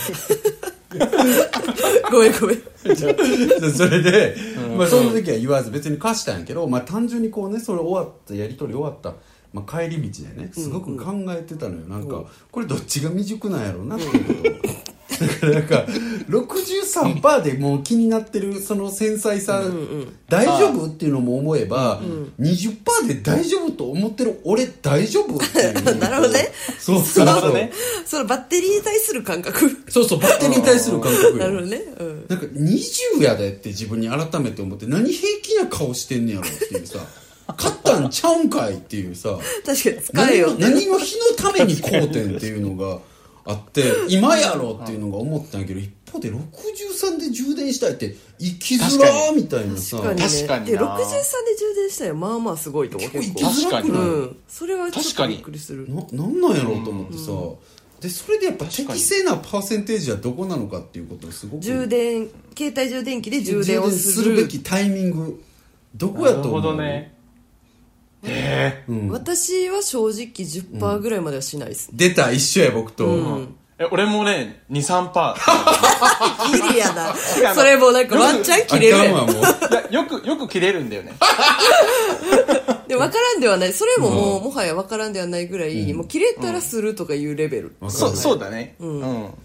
[SPEAKER 3] ごめんごめん
[SPEAKER 2] で それで、まあ、その時は言わず別に貸したんやけど、まあ、単純にこうねそれ終わったやり取り終わった、まあ、帰り道でねすごく考えてたのよ、なんかこれどっちが未熟なんやろうなっていうことを だからなんか63%でもう気になってるその繊細さ、大丈夫っていうのも思えば、20%で大丈夫と思ってる俺大丈夫っていう
[SPEAKER 3] なるほどね
[SPEAKER 2] そうそう
[SPEAKER 1] なるほ
[SPEAKER 2] そう、
[SPEAKER 1] どね
[SPEAKER 3] そのバッテリーに対する感覚
[SPEAKER 2] そうそうバッテリーに対する感覚よ
[SPEAKER 3] なるほどね、うん、
[SPEAKER 2] なんか20やでって自分に改めて思って何平気な顔してんねやろっていう さ勝ったんちゃうんかいっていうさ
[SPEAKER 3] 確かに使え
[SPEAKER 2] 何
[SPEAKER 3] よ
[SPEAKER 2] の
[SPEAKER 3] って
[SPEAKER 2] 何の日のためにこうてんっていうのがあって今やろっていうのが思ったんやけど一方で63で充電したいって生きづらーみたいなさ
[SPEAKER 3] 確かに,、ね、
[SPEAKER 1] 確かに
[SPEAKER 3] で
[SPEAKER 1] な
[SPEAKER 3] 63で充電したらまあまあすごいと思う結
[SPEAKER 2] 結構
[SPEAKER 3] 構
[SPEAKER 2] 生きづらくな
[SPEAKER 1] 確
[SPEAKER 2] い、
[SPEAKER 3] うんそれはちょっ
[SPEAKER 1] 確
[SPEAKER 3] と
[SPEAKER 1] かに
[SPEAKER 3] びっくりする
[SPEAKER 2] ななんなんやろうと思ってさ、でそれでやっぱ適正なパーセンテージはどこなのかっていうことをすごく
[SPEAKER 3] 充電携帯充電器で
[SPEAKER 2] 充
[SPEAKER 3] 充電
[SPEAKER 2] 電
[SPEAKER 3] をす
[SPEAKER 2] す
[SPEAKER 3] る
[SPEAKER 2] るべきタイミングどこやと思う
[SPEAKER 1] へえ
[SPEAKER 3] 私は正直10%ぐらいまではしないですね、
[SPEAKER 2] 出た一緒や僕と、
[SPEAKER 1] え俺もね23パ
[SPEAKER 3] ギリやな
[SPEAKER 1] や
[SPEAKER 3] それもなんかワンチャン切れる
[SPEAKER 2] あか
[SPEAKER 3] や
[SPEAKER 2] んわ
[SPEAKER 3] ん
[SPEAKER 2] もう
[SPEAKER 1] ーいやよくよく切れるんだよね
[SPEAKER 3] で分からんではないそれももう、
[SPEAKER 2] う
[SPEAKER 3] もはや分からんではないぐらい、もう切れたらするとかいうレベル、
[SPEAKER 2] わか
[SPEAKER 1] そう
[SPEAKER 2] る
[SPEAKER 1] そうだねうん、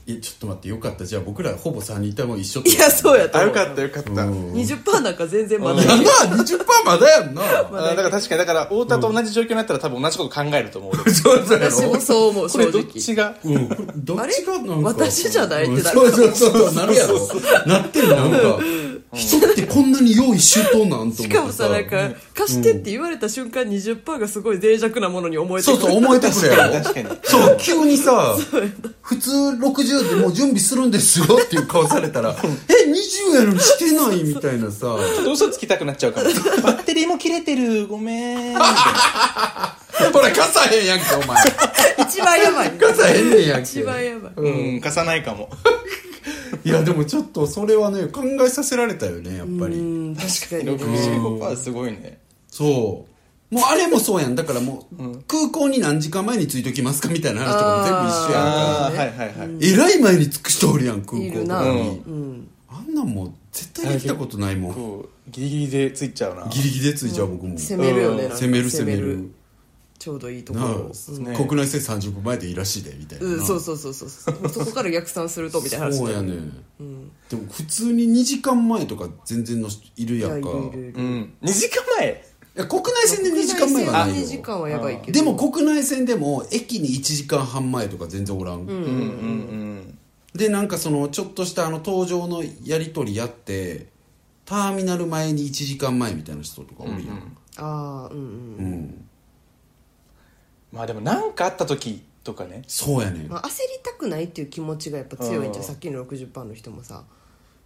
[SPEAKER 2] いやちょっと待ってよかったじゃあ僕らほぼ3人いたもん一緒
[SPEAKER 3] いやそうやと
[SPEAKER 1] あ
[SPEAKER 3] 思
[SPEAKER 1] よ
[SPEAKER 3] う
[SPEAKER 1] かったよかった、
[SPEAKER 2] うん
[SPEAKER 3] 20%なんか全然まだ
[SPEAKER 2] やな20%まだやんな
[SPEAKER 1] あだから確かにだから太田と同じ状況になったら多分同じこと考えると思う俺
[SPEAKER 2] そうそうやろ
[SPEAKER 3] 私もそう思う
[SPEAKER 1] こ
[SPEAKER 3] 正
[SPEAKER 1] れどっ
[SPEAKER 3] 直
[SPEAKER 1] ちが
[SPEAKER 2] うん、これどっちがなんか
[SPEAKER 3] あれ私じゃないってなる
[SPEAKER 2] うんそうそうそうなるやろなってるなんか人ってこんなに用意周到なんと思って
[SPEAKER 3] しかもさなんか貸してって言われた瞬間20%がすごい脆弱なものに思えて
[SPEAKER 2] そう
[SPEAKER 3] くる
[SPEAKER 2] そう思えてくるやろ
[SPEAKER 1] 確かに
[SPEAKER 2] そう急にさ普通60でもう準備するんですよっていう顔されたらえ20やのにしてないみたいなさ
[SPEAKER 1] どう嘘つきたくなっちゃうから バッテリーも切れてるごめんみたい
[SPEAKER 2] ほら、傘へんやんけ、お前。
[SPEAKER 3] 一番やばい
[SPEAKER 2] 傘へんねんやんけ。
[SPEAKER 3] 一番やば
[SPEAKER 1] な
[SPEAKER 3] い
[SPEAKER 1] うん貸さないかも
[SPEAKER 2] いやでもちょっとそれはね考えさせられたよねやっぱり
[SPEAKER 3] うん確かにね
[SPEAKER 1] 65%すごいね
[SPEAKER 2] そうもうあれもそうやんだからもう、空港に何時間前に着いときますかみたいな話とかも全部一緒やんか
[SPEAKER 1] あ
[SPEAKER 3] あー
[SPEAKER 1] あはいはいはい、
[SPEAKER 2] えらい前に着く人おるやん空
[SPEAKER 3] い
[SPEAKER 2] 港
[SPEAKER 3] る
[SPEAKER 2] と
[SPEAKER 3] な
[SPEAKER 2] か
[SPEAKER 3] う
[SPEAKER 2] に、
[SPEAKER 3] ん
[SPEAKER 2] あんなんもう絶対できたことないもん
[SPEAKER 1] こうギリギリでついちゃうな
[SPEAKER 2] ギリギリで着いちゃう僕も
[SPEAKER 3] 攻めるよね
[SPEAKER 1] うん
[SPEAKER 3] なんか
[SPEAKER 2] 攻める攻める
[SPEAKER 3] ちょうどいいとこ
[SPEAKER 2] な
[SPEAKER 3] ろ
[SPEAKER 2] あ
[SPEAKER 3] を
[SPEAKER 1] ね
[SPEAKER 2] 国内線30分前でいいらしいでみたいな
[SPEAKER 3] うんそう
[SPEAKER 2] そ
[SPEAKER 3] そうそうそうそう そこから逆算するとみたいな話
[SPEAKER 2] そうやね
[SPEAKER 3] うん
[SPEAKER 2] でも普通に2時間前とか全然の人いる
[SPEAKER 3] い
[SPEAKER 2] や
[SPEAKER 3] やい
[SPEAKER 2] んか
[SPEAKER 3] るいるいる
[SPEAKER 1] うん2時間前
[SPEAKER 2] いや国内線で2時間前は
[SPEAKER 3] あ
[SPEAKER 2] ない
[SPEAKER 3] 2時
[SPEAKER 2] よ
[SPEAKER 3] 間はやばいけど
[SPEAKER 2] でも国内線でも駅に1時間半前とか全然おらん、
[SPEAKER 3] うん
[SPEAKER 1] うんうん
[SPEAKER 2] でなんかそのちょっとしたあの搭乗のやり取りやってターミナル前に1時間前みたいな人とかおるやん
[SPEAKER 3] ああうんうん
[SPEAKER 2] うん、
[SPEAKER 1] まあでも何かあった時とかね
[SPEAKER 2] そうやねん
[SPEAKER 3] まあ、焦りたくないっていう気持ちがやっぱ強いんじゃ
[SPEAKER 1] うん
[SPEAKER 3] んさっきの60%の人もさ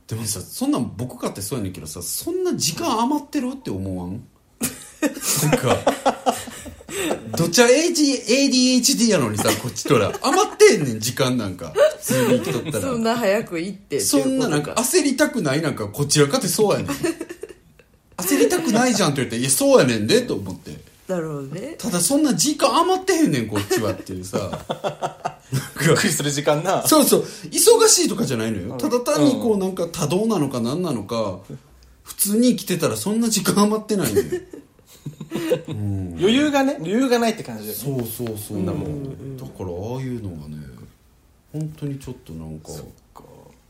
[SPEAKER 2] でもさそんなん僕かってそうやねんけどさそんな時間余ってるって思わんなんかどっちは ADHD やのにさこっちとら余ってんねん時間なんか普通に生きとった
[SPEAKER 3] そん
[SPEAKER 2] ら
[SPEAKER 3] な早く行って
[SPEAKER 2] そんななんか焦りたくないなんかこちらかってそう やねん焦りたくないじゃんと言って「いやそうやねんで」と思って
[SPEAKER 3] だろうね
[SPEAKER 2] ただそんな時間余ってへんねんこっちはっていうさ
[SPEAKER 1] びっくりする時間な
[SPEAKER 2] そうそう忙しいとかじゃないのよただ単にこうなんか多動なのか何なのか普通に生きてたらそんな時間余ってないのよ
[SPEAKER 1] 余裕がね余裕がないって感じだよね
[SPEAKER 2] そうそうそうだもんだからああいうのがね本当にちょっとなんか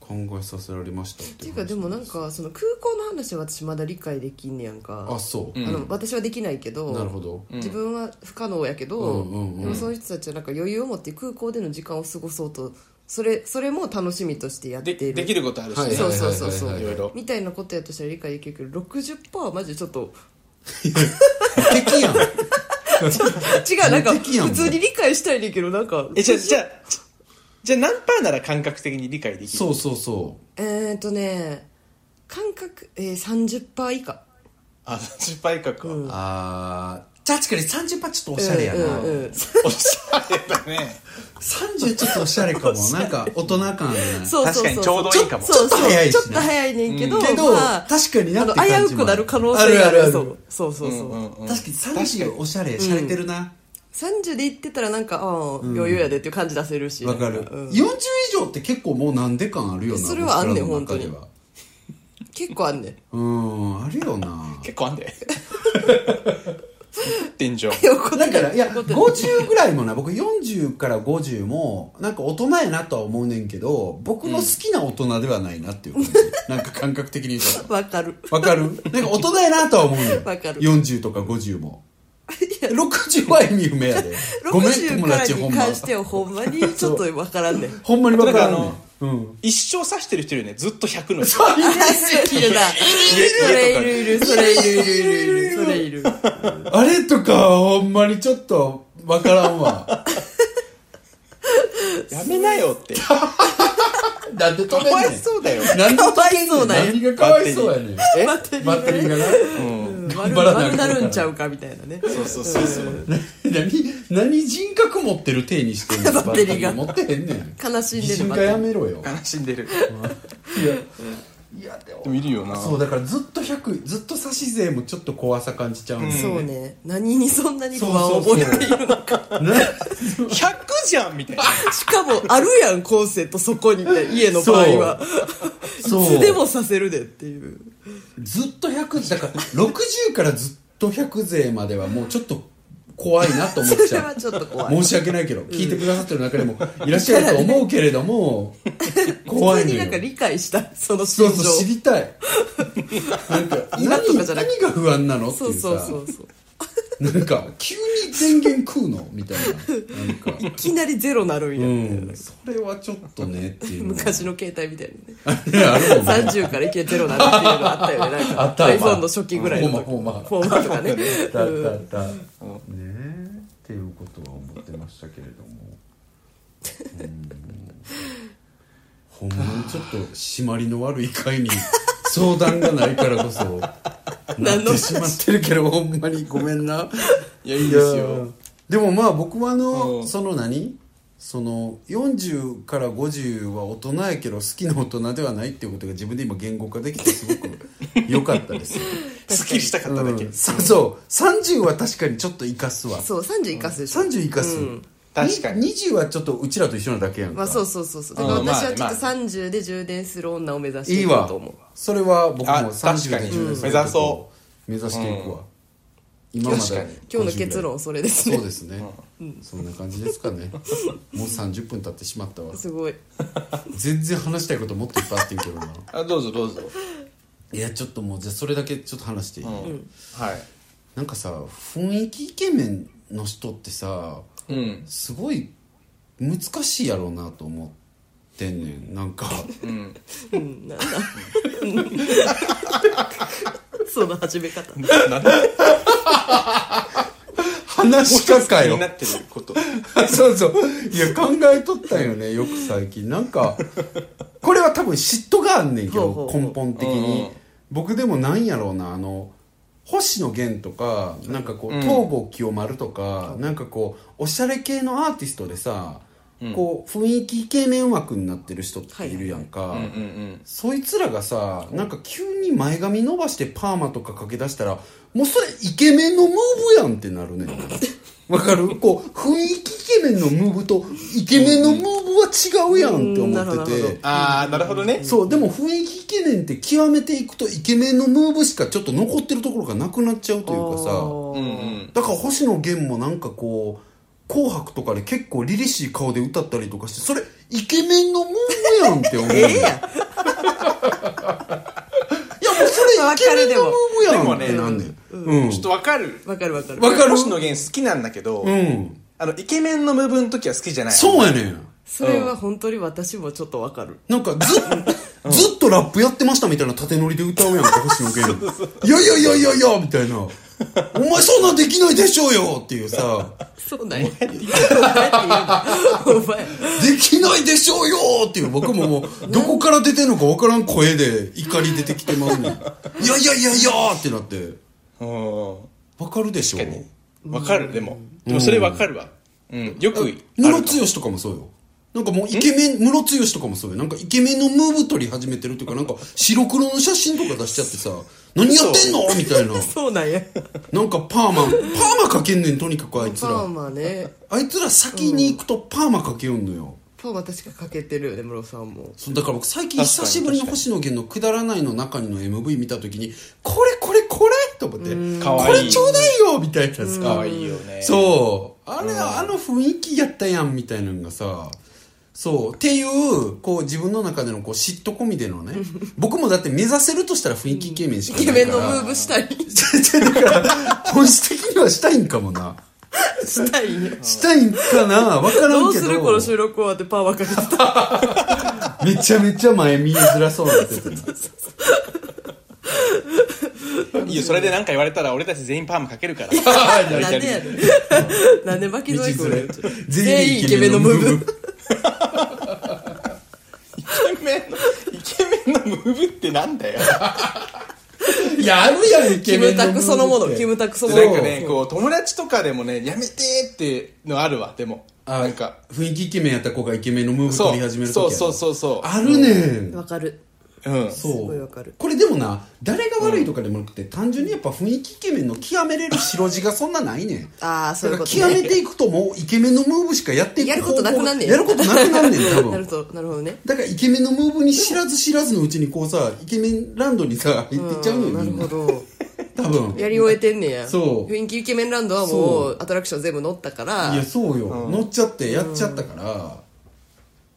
[SPEAKER 2] 考えさせられましたって
[SPEAKER 3] っていうかでもなんかその空港の話は私まだ理解できんねやんか
[SPEAKER 2] あそう、
[SPEAKER 1] うん
[SPEAKER 3] あの私はできないけど
[SPEAKER 2] なるほど
[SPEAKER 3] 自分は不可能やけど、
[SPEAKER 2] うんうんうん
[SPEAKER 3] でもその人たちはなんか余裕を持って空港での時間を過ごそうとそれそれも楽しみとしてやって
[SPEAKER 1] で
[SPEAKER 3] いる
[SPEAKER 1] できることあるしね、
[SPEAKER 2] はい
[SPEAKER 3] そうそうそうそう、
[SPEAKER 2] はいはい
[SPEAKER 1] はいはい
[SPEAKER 3] みたいなことやとしたら理解できるけど60%はマジちょっと
[SPEAKER 2] 敵やん
[SPEAKER 3] 違うなんか
[SPEAKER 2] 無敵やん
[SPEAKER 3] 普通に理解したいねんけどなんか
[SPEAKER 1] えじゃあじゃあじゃあ何パーなら感覚的に理解できる
[SPEAKER 2] そうそうそ
[SPEAKER 3] えーっとね感覚、えー、30%以下
[SPEAKER 1] あ30倍以下か、
[SPEAKER 2] う、
[SPEAKER 3] うん
[SPEAKER 2] あー確かに30パちょっとおしゃれやな、
[SPEAKER 3] うんうんうん
[SPEAKER 1] おしゃれだね
[SPEAKER 2] 30ちょっとおしゃれ かもなんか大人感ね
[SPEAKER 3] そうそうそ
[SPEAKER 1] 確
[SPEAKER 3] う
[SPEAKER 1] かにちょうどいいかも
[SPEAKER 3] そ
[SPEAKER 2] ちょっ
[SPEAKER 3] う
[SPEAKER 2] と早いし
[SPEAKER 3] ち
[SPEAKER 2] な
[SPEAKER 3] ょっと早いねんけど、
[SPEAKER 2] けど、
[SPEAKER 3] まあ、
[SPEAKER 2] 確かにな
[SPEAKER 3] あ
[SPEAKER 2] って
[SPEAKER 3] の
[SPEAKER 2] 感じも
[SPEAKER 3] 危うくなる可能性があるそうそうそうそう、
[SPEAKER 1] うんうんう
[SPEAKER 2] 確
[SPEAKER 1] ん
[SPEAKER 2] かに30おしゃれしゃれてるな
[SPEAKER 3] 30で行ってたらなんかああ余裕やでっていう感じ出せるし
[SPEAKER 2] わ、かる、
[SPEAKER 3] うん
[SPEAKER 2] 40以上って結構もうなんで感あるよな
[SPEAKER 3] それはあんねん
[SPEAKER 2] 僕らの中で
[SPEAKER 3] 本結構あんねん
[SPEAKER 2] はうんあるよな
[SPEAKER 1] 結構あんで作ってんじゃん
[SPEAKER 3] 横
[SPEAKER 2] だからいや
[SPEAKER 3] こ
[SPEAKER 2] 50ぐらいもな僕40から50もなんか大人やなとは思うねんけど僕の好きな大人ではないなっていう感 じ、なんか感覚的に言うと
[SPEAKER 3] わかる
[SPEAKER 2] わかるなんか大人やなとは思うねん。
[SPEAKER 3] わかる
[SPEAKER 2] 40とか50も。60は意味不明や で。ごめん、
[SPEAKER 3] 60
[SPEAKER 2] 友
[SPEAKER 3] から
[SPEAKER 2] 達、ほ
[SPEAKER 3] に
[SPEAKER 2] んま。
[SPEAKER 3] 関してはほんまにちょっとわからんねん
[SPEAKER 2] ほんまにわからんね
[SPEAKER 1] なんか
[SPEAKER 2] ん。うん。
[SPEAKER 1] 一生指してる人いるよねずっと100の人
[SPEAKER 3] いるなそれいるいるそれいるいるいるいるそれいる
[SPEAKER 2] あれとか、ほんまにちょっと、わからんわ。
[SPEAKER 1] やめなよってか
[SPEAKER 2] なんで止めん
[SPEAKER 1] わい
[SPEAKER 2] ねん。
[SPEAKER 1] そうだよ
[SPEAKER 2] なんで
[SPEAKER 3] かわいそうなんや
[SPEAKER 2] 何がかわいそうやねん。
[SPEAKER 1] え
[SPEAKER 3] バッテリ
[SPEAKER 2] バッテリ
[SPEAKER 3] ー
[SPEAKER 2] ー
[SPEAKER 3] が
[SPEAKER 2] が
[SPEAKER 3] ね
[SPEAKER 2] な。
[SPEAKER 3] うん
[SPEAKER 2] 頑
[SPEAKER 3] 悪
[SPEAKER 2] 張らなあかん
[SPEAKER 3] 悪なるんちゃうかみたいなね
[SPEAKER 1] そうそうそうそう、
[SPEAKER 2] 何、何人格持ってる体にしてんの
[SPEAKER 3] バッテリーが
[SPEAKER 2] 持ってへんねん。
[SPEAKER 3] 悲しん
[SPEAKER 2] 自
[SPEAKER 3] でる
[SPEAKER 2] 信
[SPEAKER 3] バ
[SPEAKER 2] がや
[SPEAKER 3] ッテ
[SPEAKER 2] めろよ。
[SPEAKER 1] 悲しんでる
[SPEAKER 2] いや、いやでも
[SPEAKER 1] でもいるよな
[SPEAKER 2] そうだからずっと100ずっと差し勢もちょっと怖さ感じちゃう
[SPEAKER 3] リー
[SPEAKER 2] ね、
[SPEAKER 3] そうね何にそんなに不
[SPEAKER 2] そう
[SPEAKER 3] 安を
[SPEAKER 2] そう
[SPEAKER 3] 覚
[SPEAKER 2] そう
[SPEAKER 3] えているのか
[SPEAKER 1] 100じゃんみたいな
[SPEAKER 3] しかもあるやんコンセントそこにって家の場合はい
[SPEAKER 2] そう
[SPEAKER 3] つでもさせるでっていう
[SPEAKER 2] ずっと100だから60からずっと100勢まではもうちょっと怖いなと思っ
[SPEAKER 3] そ
[SPEAKER 2] ち
[SPEAKER 3] れ
[SPEAKER 2] ゃ
[SPEAKER 3] は
[SPEAKER 2] う
[SPEAKER 3] ちょっと 怖い
[SPEAKER 2] 申し訳ないけど、聞いてくださってる中でもいらっしゃると思うけれど も、怖
[SPEAKER 3] 普
[SPEAKER 2] い
[SPEAKER 3] 通
[SPEAKER 2] のよ
[SPEAKER 3] になんか理解したその
[SPEAKER 2] そ
[SPEAKER 3] 心
[SPEAKER 2] う
[SPEAKER 3] 情
[SPEAKER 2] そう知りた いなんか
[SPEAKER 3] 今と
[SPEAKER 2] 何
[SPEAKER 3] かじゃなく
[SPEAKER 2] 何が不安なのって
[SPEAKER 3] そ
[SPEAKER 2] いううさ
[SPEAKER 3] そうそうそう
[SPEAKER 2] なんか急に電源食うのみたいななんか
[SPEAKER 3] いきなりゼロなるん
[SPEAKER 2] う
[SPEAKER 3] やみたいな、
[SPEAKER 2] んそれはちょっとねっていうのは
[SPEAKER 3] 昔の携帯みたいなね
[SPEAKER 2] いやあるもんね
[SPEAKER 3] 30からいけゼロなるっていうのあったよねなん
[SPEAKER 2] あっ
[SPEAKER 3] か
[SPEAKER 2] た
[SPEAKER 3] iPhone の初期ぐらいの時
[SPEAKER 2] フォーマフ
[SPEAKER 3] フォーマとかね
[SPEAKER 2] だ
[SPEAKER 3] うん
[SPEAKER 2] だだねえっていうことは思ってましたけれどもうんほんまにちょっと締まりの悪い会に相談がないからこそなっ
[SPEAKER 3] 何の
[SPEAKER 2] て
[SPEAKER 3] 話
[SPEAKER 2] しまってるけどほんまにごめんない
[SPEAKER 1] やいいですよ
[SPEAKER 2] でもまあ僕はあの、
[SPEAKER 1] うん
[SPEAKER 2] その何その40から50は大人やけど好きな大人ではないっていうことが自分で今言語化できてすごく良かったです
[SPEAKER 1] すっきりしたかっただけ、
[SPEAKER 2] うんそうそう30は確かにちょっと生かすわ
[SPEAKER 3] そう30生かすでしょ
[SPEAKER 2] 30生かす、
[SPEAKER 3] うん
[SPEAKER 1] 確かに
[SPEAKER 2] に20はちょっとうちらと一緒なだけやんか、
[SPEAKER 3] まあそうそうそうそうだから
[SPEAKER 1] うんまあ
[SPEAKER 3] 私はちょっと
[SPEAKER 1] まあ
[SPEAKER 3] 30で充電する女を目指して
[SPEAKER 2] い
[SPEAKER 3] い
[SPEAKER 2] い
[SPEAKER 3] こ
[SPEAKER 2] わ
[SPEAKER 3] うと思う
[SPEAKER 2] それは僕も
[SPEAKER 1] あ
[SPEAKER 2] 30
[SPEAKER 1] 確か
[SPEAKER 2] で
[SPEAKER 1] に
[SPEAKER 2] 10年
[SPEAKER 1] 目指そう
[SPEAKER 2] 目指していくわ、
[SPEAKER 1] うん
[SPEAKER 2] 今まで
[SPEAKER 1] 確かに
[SPEAKER 3] 今日の結論それです
[SPEAKER 2] そ
[SPEAKER 3] ね
[SPEAKER 2] うですね、そんな感じですか ねもう30分経ってしまったわ
[SPEAKER 3] すごい
[SPEAKER 2] 全然話したいこともっといっぱいあってんけどな
[SPEAKER 1] あどうぞどうぞ、
[SPEAKER 2] いやちょっともうじゃあそれだけちょっと話していい、
[SPEAKER 1] うんはい
[SPEAKER 2] なんかさ雰囲気イケメンの人ってさ
[SPEAKER 1] うん
[SPEAKER 2] すごい難しいやろうなと思ってんねんなんか
[SPEAKER 1] うん
[SPEAKER 3] うんなんだその始め 方
[SPEAKER 1] なんだ
[SPEAKER 2] 話しかか
[SPEAKER 1] 気
[SPEAKER 2] よ
[SPEAKER 1] になってること
[SPEAKER 2] そうそう。いや、考えとったんよね、よく最近。なんか、これは多分嫉妬があんねんけ
[SPEAKER 3] ほうほう
[SPEAKER 2] ど、
[SPEAKER 3] ほう
[SPEAKER 2] 根本的
[SPEAKER 1] うんう
[SPEAKER 2] に
[SPEAKER 1] ん。
[SPEAKER 2] 僕でもなんやろうな、あの、星野源とか、なんかこう、
[SPEAKER 1] うん
[SPEAKER 2] 東郷清丸とか、なんかこう、おしゃれ系のアーティストでさ、こう、雰囲気イケメン枠になってる人っているやんか
[SPEAKER 1] うんう。ん
[SPEAKER 2] そいつらがさ、なんか急に前髪伸ばしてパーマとかかけ出したら、もうそれイケメンのムーブやんってなるねん。 わかるこう、雰囲気イケメンのムーブとイケメンのムーブは違うやんって
[SPEAKER 3] うんなる
[SPEAKER 2] 思っ
[SPEAKER 3] ほどな
[SPEAKER 2] てて
[SPEAKER 3] るほ
[SPEAKER 1] うん。ああなるほどね
[SPEAKER 2] そう、でも雰囲気イケメンって極めていくとイケメンのムーブしかちょっと残ってるところがなくなっちゃうというかさ。
[SPEAKER 3] あ
[SPEAKER 1] うんう
[SPEAKER 3] ー
[SPEAKER 1] ん
[SPEAKER 2] だから星野源もなんかこう「紅白」とかで結構凛々しい顔で歌ったりとかしてそれイケメンのムーブやんって思うええやんいやもうそれイケメンのムーブやんってなんねんうん
[SPEAKER 1] ちょっとわかる
[SPEAKER 3] わかるわかる
[SPEAKER 2] わかる
[SPEAKER 1] 星野源好きなんだけど、
[SPEAKER 2] うん
[SPEAKER 1] あのイケメンの部分の時は好きじゃない
[SPEAKER 2] そうやねん
[SPEAKER 3] それは本当に私もちょっとわかる
[SPEAKER 2] なんかず,、ずっとラップやってましたみたいな縦乗りで歌うやんか星野源いやいやいやいやいやみたいな「お前そんなんできないでしょうよ」っていうさ
[SPEAKER 3] そうなんやお前って言うなお前
[SPEAKER 2] できないでしょうよっていう、僕ももう、どこから出てんのかわからん声で怒り出てきてますね ん。いやいやいやいやーってなって、
[SPEAKER 1] う
[SPEAKER 2] わかるでしょ
[SPEAKER 1] 確かにんわかるでもでもそれわかるわうんよく
[SPEAKER 2] ム
[SPEAKER 1] あ
[SPEAKER 2] ロ
[SPEAKER 1] る
[SPEAKER 2] ツヨシとかもそうよ。なんかもうイケメン、ムロツヨシとかもそうよ。なんかイケメンのムーブ取り始めてるというか、なんか白黒の写真とか出しちゃってさ、何やってんのみたいな。
[SPEAKER 3] そうなんや
[SPEAKER 2] なんかパーマ、パーマかけんねん、とにかくあいつ
[SPEAKER 3] パー
[SPEAKER 2] ら。
[SPEAKER 3] マね
[SPEAKER 2] あいつら先に行くとパーマかけよんのよ。
[SPEAKER 3] パーマ確かかけてるよねムロさんも
[SPEAKER 2] そうだから僕最近
[SPEAKER 1] 確
[SPEAKER 2] 久
[SPEAKER 1] かに
[SPEAKER 2] しぶりに星野源の「くだらない」の中にの MV 見た時にこれこれこれと思って
[SPEAKER 1] かわ
[SPEAKER 2] こ
[SPEAKER 1] いい
[SPEAKER 2] れちょうだいよみたいな
[SPEAKER 1] か
[SPEAKER 2] さ
[SPEAKER 1] わいいよね
[SPEAKER 2] そうあれあの雰囲気やったやんみたいなのがさそうっていうこう自分の中でのこう嫉妬込みでの ね僕もだって目指せるとしたら雰囲気イケメンし
[SPEAKER 3] イ
[SPEAKER 2] かない
[SPEAKER 3] ケ
[SPEAKER 2] から
[SPEAKER 3] メンのムーブしたい
[SPEAKER 2] だから本質的にはしたいんかも な
[SPEAKER 3] したいんや
[SPEAKER 2] したいんかな分から
[SPEAKER 3] ど
[SPEAKER 2] ん
[SPEAKER 3] う
[SPEAKER 2] け
[SPEAKER 3] す
[SPEAKER 2] ど
[SPEAKER 3] るこの収録終わってパーマかけてた
[SPEAKER 2] めちゃめちゃ前見えづらそうになってて
[SPEAKER 1] いいよそれで何か言われたら俺たち全員パーマかける から
[SPEAKER 3] なんでやねんなんで巻き添えくる
[SPEAKER 2] 全員イケメンのムーブ
[SPEAKER 1] イケメンのイケメンのムーブってなんだよ
[SPEAKER 2] いやあるやんイ
[SPEAKER 3] キムタクそのものキムタクそのも
[SPEAKER 1] なん
[SPEAKER 3] の
[SPEAKER 1] かねこう友達とかでもねやめてーってのあるわでも
[SPEAKER 2] あ
[SPEAKER 1] なんか
[SPEAKER 2] 雰囲気イケメンやった子がイケメンのムーブ
[SPEAKER 1] そ
[SPEAKER 2] 取り
[SPEAKER 1] う
[SPEAKER 2] 始める
[SPEAKER 1] そ
[SPEAKER 2] と
[SPEAKER 1] う
[SPEAKER 2] き
[SPEAKER 1] そうそうそう
[SPEAKER 2] あるねん
[SPEAKER 3] わかる
[SPEAKER 1] うん
[SPEAKER 2] そう
[SPEAKER 3] すごいわかる
[SPEAKER 2] これでもな誰が悪いとかでもなくて、単純にやっぱ雰囲気イケメンの極めれる白地がそんなないねん
[SPEAKER 3] ああそういうこと
[SPEAKER 2] だから極
[SPEAKER 3] ね
[SPEAKER 2] めていくともうイケメンのムーブしかやっていく
[SPEAKER 3] やることなくなんねん
[SPEAKER 2] やることなくなんねん多
[SPEAKER 3] な
[SPEAKER 2] 分
[SPEAKER 3] るほどなるほどね
[SPEAKER 2] だからイケメンのムーブに知らず知らずのうちにこうさイケメンランドにさ行ってっちゃうの
[SPEAKER 3] ん
[SPEAKER 2] よ
[SPEAKER 3] な
[SPEAKER 2] み
[SPEAKER 3] る
[SPEAKER 2] んな
[SPEAKER 3] ほど
[SPEAKER 2] 多分
[SPEAKER 3] やり終えてんねや
[SPEAKER 2] そう
[SPEAKER 3] 雰囲気イケメンランドはも
[SPEAKER 2] そう
[SPEAKER 3] うアトラクション全部乗ったから
[SPEAKER 2] いやそうよ、乗っちゃってやっちゃったから、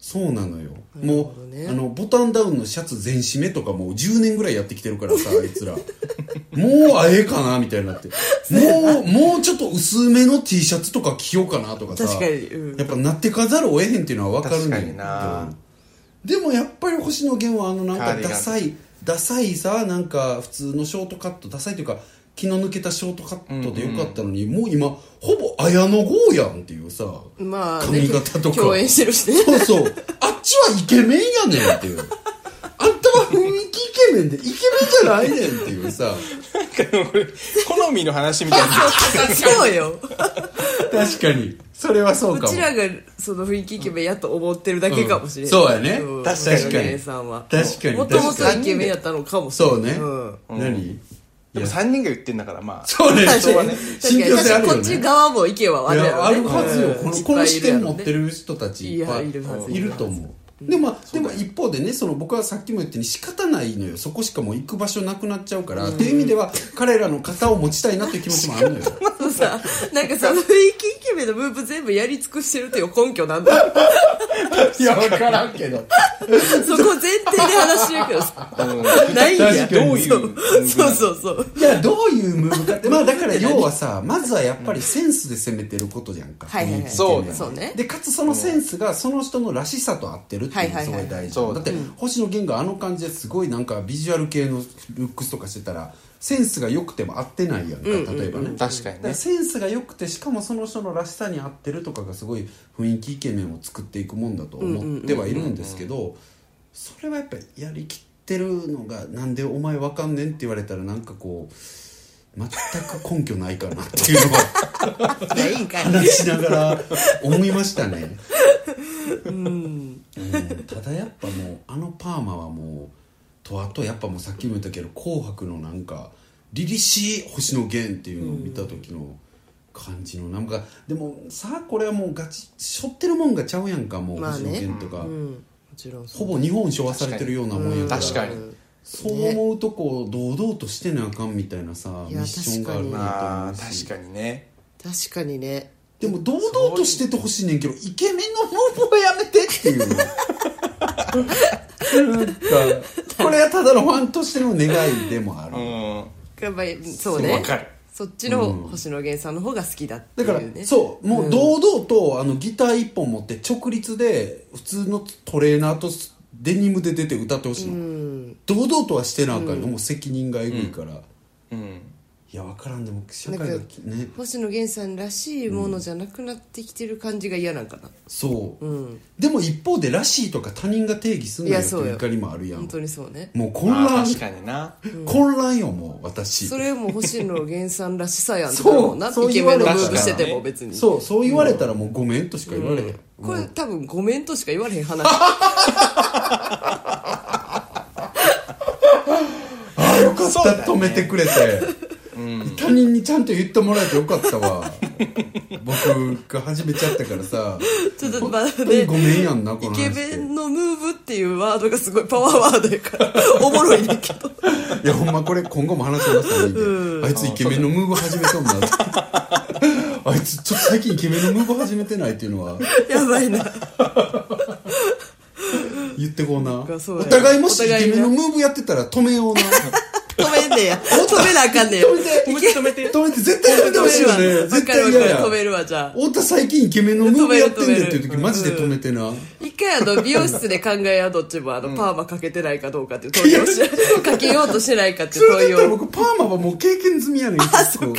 [SPEAKER 2] そうなのよ、も
[SPEAKER 3] ど
[SPEAKER 2] う、
[SPEAKER 3] ね
[SPEAKER 2] あのボタンダウンのシャツ全締めとかもう10年ぐらいやってきてるからさあいつらもうあええかなみたいになってもうもうちょっと薄めの T シャツとか着ようかなとかさ
[SPEAKER 3] 確かにうん
[SPEAKER 2] やっぱなってかざるを得へんっていうのは分かるねん
[SPEAKER 1] 確かにな
[SPEAKER 2] うんでもやっぱり星野源はあのなんかダサいダサいさなんか普通のショートカットダサいというか気の抜けたショートカットでよかったのに、もう今ほぼ綾野剛やんっていうさ
[SPEAKER 3] まあ、
[SPEAKER 2] 髪型とか
[SPEAKER 3] 共演してるしね
[SPEAKER 2] そうそうあっちはイケメンやねんっていうあんたは雰囲気イケメンでイケメンじゃないねんっていうさ
[SPEAKER 1] かでも これ好みの話 みたいな
[SPEAKER 3] そうよ
[SPEAKER 2] 確かにそれはそう
[SPEAKER 3] う
[SPEAKER 2] かも
[SPEAKER 3] ちらがその雰囲気イケメンやと思ってるだけかもしれない、
[SPEAKER 2] うんそうやね
[SPEAKER 3] ん
[SPEAKER 1] 確かに
[SPEAKER 3] お姉さんは
[SPEAKER 2] 確かに
[SPEAKER 3] もともとイケメンやったのかもしれない
[SPEAKER 2] そうね
[SPEAKER 3] ん
[SPEAKER 2] 何
[SPEAKER 1] でも3人が言ってんだからまあ
[SPEAKER 2] そうね
[SPEAKER 3] 確
[SPEAKER 2] そう
[SPEAKER 3] か
[SPEAKER 2] は
[SPEAKER 3] に
[SPEAKER 2] ね
[SPEAKER 3] 確
[SPEAKER 2] 信
[SPEAKER 3] かに
[SPEAKER 2] 憑性あるよ
[SPEAKER 3] 確かにこっち
[SPEAKER 2] ね
[SPEAKER 3] 側も意見はあ
[SPEAKER 2] い
[SPEAKER 3] るや
[SPEAKER 2] や
[SPEAKER 3] ろ
[SPEAKER 2] あるはずよ
[SPEAKER 3] うん
[SPEAKER 2] この
[SPEAKER 3] いっ
[SPEAKER 2] こ
[SPEAKER 3] ぱ
[SPEAKER 2] の
[SPEAKER 3] いい
[SPEAKER 2] 視
[SPEAKER 3] るや
[SPEAKER 2] 点
[SPEAKER 3] ろ
[SPEAKER 2] 持って
[SPEAKER 3] ね
[SPEAKER 2] る人たち
[SPEAKER 3] い
[SPEAKER 2] いっ
[SPEAKER 3] や
[SPEAKER 2] ぱい
[SPEAKER 3] いるはず
[SPEAKER 2] いると思うでもまあでも一方でねその僕はさっきも言ったように仕方ないのよそこしかもう行く場所なくなっちゃうからっていう意味では彼らの肩を持ちたいなっていう気持ちもあるのよ
[SPEAKER 3] そうさなんかその雰囲気イケメンのムーブ全部やり尽くしてるっていう根拠な んだ
[SPEAKER 2] いや分からんけど
[SPEAKER 3] そこ前提で話してるけどさ
[SPEAKER 1] うん
[SPEAKER 3] ないん
[SPEAKER 2] 確かに
[SPEAKER 3] や
[SPEAKER 2] どういう
[SPEAKER 3] そ
[SPEAKER 1] ムーブなの
[SPEAKER 3] そうそうそう
[SPEAKER 2] いやどういうムーブかってまあだ から要はさまずはやっぱりセンスで攻めてることじゃんか
[SPEAKER 3] はいはいはい
[SPEAKER 1] そうね
[SPEAKER 3] そうね
[SPEAKER 2] でかつそのセンスがその人のらしさと合ってるっていうの
[SPEAKER 3] は
[SPEAKER 2] がす
[SPEAKER 3] いはい
[SPEAKER 2] ご
[SPEAKER 3] はい
[SPEAKER 2] い大事、
[SPEAKER 1] そう
[SPEAKER 2] だって、星野源があの感じですごいなんかビジュアル系のルックスとかしてたらセンスが良くても合ってないやんか、例えばね
[SPEAKER 1] 確かに
[SPEAKER 2] だから
[SPEAKER 1] ね
[SPEAKER 2] センスが良くてしかもその人のらしさに合ってるとかがすごい雰囲気イケメンを作っていくもんだと思ってはいるんですけどそれはやっぱりやりきってるのがなんでお前わかんねんって言われたらなんかこう全く根拠ないかなっていうのは。
[SPEAKER 3] いやいいんかい
[SPEAKER 2] 話しながら思いましたね、うんただやっぱもうあのパーマはもうとあとやっぱもうさっきも言ったけど「紅白」のなんか凛々しい星野源っていうのを見た時の感じのなんかでもさあこれはもうガチしょってるもんがちゃうやんかもう
[SPEAKER 3] まあ
[SPEAKER 2] 星
[SPEAKER 3] ね
[SPEAKER 2] 野源とか、
[SPEAKER 3] うんもちろんそう
[SPEAKER 2] ほぼ日本昭和されてるようなもんやから
[SPEAKER 1] 確かに
[SPEAKER 2] そう思うとこう堂々としてなあかんみたいなさ
[SPEAKER 3] い
[SPEAKER 2] ミ
[SPEAKER 3] や
[SPEAKER 2] ッションがある
[SPEAKER 1] ま
[SPEAKER 2] な
[SPEAKER 1] あ
[SPEAKER 2] と思うし
[SPEAKER 1] 確かにね
[SPEAKER 3] 確かにね
[SPEAKER 2] でも堂々としててほしいねんけどイケメンの方法はやめてっていうなんかこれはただのファンとしての願いでもある、
[SPEAKER 1] うん
[SPEAKER 3] やっぱりそう
[SPEAKER 1] そう
[SPEAKER 3] ね
[SPEAKER 1] わかる
[SPEAKER 3] そっちの
[SPEAKER 2] うん
[SPEAKER 3] 星野源さんの方が好きだってい
[SPEAKER 2] だ
[SPEAKER 3] う
[SPEAKER 2] から、
[SPEAKER 3] ね
[SPEAKER 2] そうもう堂々とあのギター一本持って直立で普通のトレーナーとデニムで出て歌ってほしいの、堂々とはしてなあかんよ、もう責任がえぐいから、い
[SPEAKER 1] うん
[SPEAKER 2] や分からんでも社会が
[SPEAKER 3] なんか
[SPEAKER 2] ね
[SPEAKER 3] 星野源さんらしいものじゃなくなってきてる感じが嫌なんかな、
[SPEAKER 2] そう、
[SPEAKER 3] うん
[SPEAKER 2] でも一方で「らしい」とか他人が定義すん
[SPEAKER 3] い
[SPEAKER 2] なよ
[SPEAKER 3] や
[SPEAKER 2] って
[SPEAKER 3] そう
[SPEAKER 2] いう
[SPEAKER 3] よ
[SPEAKER 2] 怒りもあるやん
[SPEAKER 3] 本当にそうね
[SPEAKER 2] もう混
[SPEAKER 1] まあ
[SPEAKER 2] 乱
[SPEAKER 1] 確かにな
[SPEAKER 2] 混乱よもう 私
[SPEAKER 3] それも星野源さんらしさやんと
[SPEAKER 2] そう
[SPEAKER 3] 思うな
[SPEAKER 2] そう
[SPEAKER 3] イケメンの
[SPEAKER 2] 言わ
[SPEAKER 3] ム
[SPEAKER 2] れ
[SPEAKER 3] ー
[SPEAKER 2] た
[SPEAKER 3] ブ
[SPEAKER 2] ら
[SPEAKER 3] してても別に
[SPEAKER 2] そうそう言われたらもうごめんとしか言われへん、
[SPEAKER 3] これ多分ごめんとしか言われへん話
[SPEAKER 2] ああよかっ
[SPEAKER 1] そうだね
[SPEAKER 2] た、止めてくれて、他人にちゃんと言ってもらえてよかったわ僕が始めちゃったからさ
[SPEAKER 3] ちょっとまあ
[SPEAKER 2] 本当
[SPEAKER 3] ね
[SPEAKER 2] にごめんやんなこ
[SPEAKER 3] イ
[SPEAKER 2] の話
[SPEAKER 3] ケメンのムーブっていうワードがすごいパワーワードやからおもろいねんけど
[SPEAKER 2] いやほんまこれ今後も話しますからねあいつイケメンのムーブ始めそうになってあいつちょっと最近イケメンのムーブ始めてないっていうのは
[SPEAKER 3] やばいな
[SPEAKER 2] 言ってこうな
[SPEAKER 3] かそうや
[SPEAKER 2] お互いもし
[SPEAKER 3] お
[SPEAKER 2] イ
[SPEAKER 3] 互い
[SPEAKER 2] ケ
[SPEAKER 3] な
[SPEAKER 2] メンのムーブやってたら止めような
[SPEAKER 3] 止めんねや止めなあかんねや
[SPEAKER 2] 止めて
[SPEAKER 1] 止めて止めて
[SPEAKER 2] 止めて絶対やめて
[SPEAKER 3] 止
[SPEAKER 2] ほ
[SPEAKER 3] め
[SPEAKER 2] しい
[SPEAKER 3] るわ
[SPEAKER 2] よね
[SPEAKER 3] わ
[SPEAKER 2] 絶
[SPEAKER 3] かる
[SPEAKER 2] 対
[SPEAKER 3] わ
[SPEAKER 2] 嫌
[SPEAKER 3] かる
[SPEAKER 2] や
[SPEAKER 3] 止めるわじゃあ
[SPEAKER 2] 太田最近イケメンのムーブやってんだよっていう時マジで止めてな
[SPEAKER 3] 一回あの美容室で考えやどっちもあのパーマかけてないかどうかっていう問いをしかけようとしてないかって
[SPEAKER 2] そ
[SPEAKER 3] い
[SPEAKER 2] れ
[SPEAKER 3] う問い
[SPEAKER 2] だったら
[SPEAKER 3] を
[SPEAKER 2] 僕パーマはもう経験済みやねん結構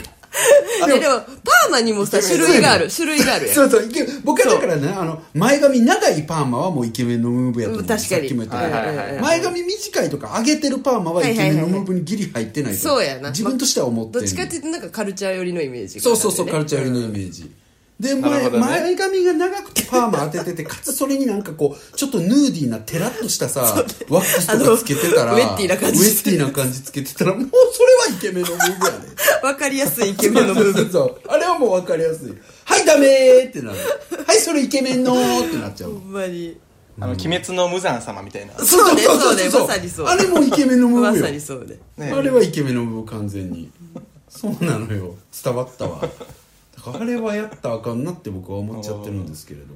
[SPEAKER 3] ででもパーマにもさ種類がある種類があるやん
[SPEAKER 2] そうそうイケ僕はだからねあの前髪長いパーマはもうイケメンのムーブやと思
[SPEAKER 3] う
[SPEAKER 2] うん
[SPEAKER 3] 確か
[SPEAKER 2] さっ
[SPEAKER 3] に
[SPEAKER 2] きも言った
[SPEAKER 1] は
[SPEAKER 2] け
[SPEAKER 1] い
[SPEAKER 2] ど
[SPEAKER 1] はいはい
[SPEAKER 3] うんうんうん
[SPEAKER 2] 前髪短いとか上げてるパーマはイケメンのムーブにギリ入ってないと
[SPEAKER 3] そうやな
[SPEAKER 2] 自分としては思って
[SPEAKER 3] ど
[SPEAKER 2] ん
[SPEAKER 3] っ
[SPEAKER 2] ねん
[SPEAKER 3] ちかっていうとなんかカルチャー寄りのイメージが
[SPEAKER 2] そうそうそう、
[SPEAKER 3] な
[SPEAKER 2] カ
[SPEAKER 3] ん
[SPEAKER 2] ル
[SPEAKER 3] かね
[SPEAKER 2] チャー寄りのイメージ。で、
[SPEAKER 1] なる
[SPEAKER 2] 前
[SPEAKER 1] ほどね
[SPEAKER 2] 前髪が長くてパーマ当ててて、かつそれになんかこう、ちょっとヌーディーな、テラッとしたさ、ワックスとかつけてたら、
[SPEAKER 3] あのウェッティな感じ
[SPEAKER 2] ウェッティな感じつけてたら、もうそれはイケメンのムーブやね。
[SPEAKER 3] わかりやすいイケメン の部分
[SPEAKER 2] そうそうそうあれはもうわかりやすい。はい、ダメーってなる。はい、それイケメンのーってなっちゃ
[SPEAKER 3] ほ
[SPEAKER 2] う。
[SPEAKER 3] んまに
[SPEAKER 1] あの鬼滅の無惨様みたいな
[SPEAKER 3] そうねそうね
[SPEAKER 2] そう
[SPEAKER 3] まさにそう
[SPEAKER 2] あれもイケメンのムー
[SPEAKER 3] ま
[SPEAKER 2] ブよ。
[SPEAKER 3] さにそうね
[SPEAKER 1] ね
[SPEAKER 2] あれはイケメンの部分完全にそうなのよ伝わったわだからあれはやったらあかんなって僕は思っちゃってるんですけれども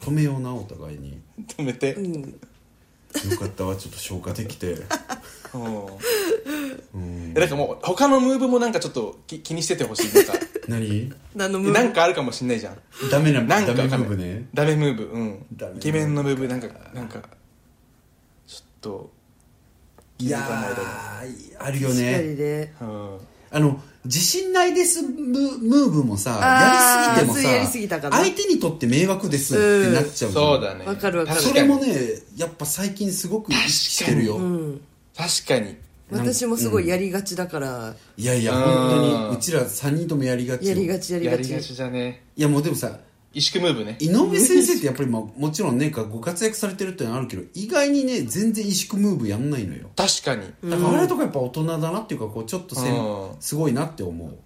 [SPEAKER 2] 止めようなお互いに
[SPEAKER 1] 止めて
[SPEAKER 3] うん
[SPEAKER 2] よかったわちょっと消化できて
[SPEAKER 1] うんえなんかもう他のムーブもなんかちょっとき気にしててほしいなんか
[SPEAKER 2] 何
[SPEAKER 3] 何のム
[SPEAKER 1] えな
[SPEAKER 3] ー
[SPEAKER 1] んかあるかもしんないじゃん
[SPEAKER 2] ダメなダ
[SPEAKER 1] なんか
[SPEAKER 2] メ
[SPEAKER 1] わか
[SPEAKER 2] ムー
[SPEAKER 1] んな
[SPEAKER 2] ブ
[SPEAKER 1] い
[SPEAKER 2] ね
[SPEAKER 1] ダメムーブうん
[SPEAKER 2] ダメムーブ
[SPEAKER 1] イケメンのムーブなんかなんかちょっと
[SPEAKER 2] いやーあるよ
[SPEAKER 3] ブ確かに
[SPEAKER 2] ね
[SPEAKER 3] ね
[SPEAKER 1] うん
[SPEAKER 2] あの自信ないですムムーブもさ
[SPEAKER 3] あ
[SPEAKER 2] やりすぎ
[SPEAKER 3] ー
[SPEAKER 2] てもさ
[SPEAKER 3] やりすぎたかな
[SPEAKER 2] 相手にとって迷惑ですってなっちゃうじゃん
[SPEAKER 1] そうだね
[SPEAKER 3] わかるわかる
[SPEAKER 1] 確
[SPEAKER 2] そ
[SPEAKER 1] か
[SPEAKER 2] れ
[SPEAKER 1] に
[SPEAKER 2] もねやっぱ最近すごく意識してるよ
[SPEAKER 3] うん
[SPEAKER 1] 確かに
[SPEAKER 3] 私もすごいやりがちだから、
[SPEAKER 2] いやいや
[SPEAKER 1] うん
[SPEAKER 2] 本当にうちら3人ともやりがちよ
[SPEAKER 3] やりがちやり
[SPEAKER 1] や
[SPEAKER 3] が
[SPEAKER 1] り
[SPEAKER 3] ち
[SPEAKER 1] がちじゃね
[SPEAKER 2] いやもうでもさ
[SPEAKER 1] 萎縮ムーブね
[SPEAKER 2] 井上先生ってやっぱり、まあ、もちろんねご活躍されてるっていうのはあるけど意外にね全然萎縮ムーブやんないのよ
[SPEAKER 1] 確かに
[SPEAKER 2] だからあれとかやっぱ大人だなっていうかこうちょっとせん
[SPEAKER 1] うん
[SPEAKER 2] すごいなって思う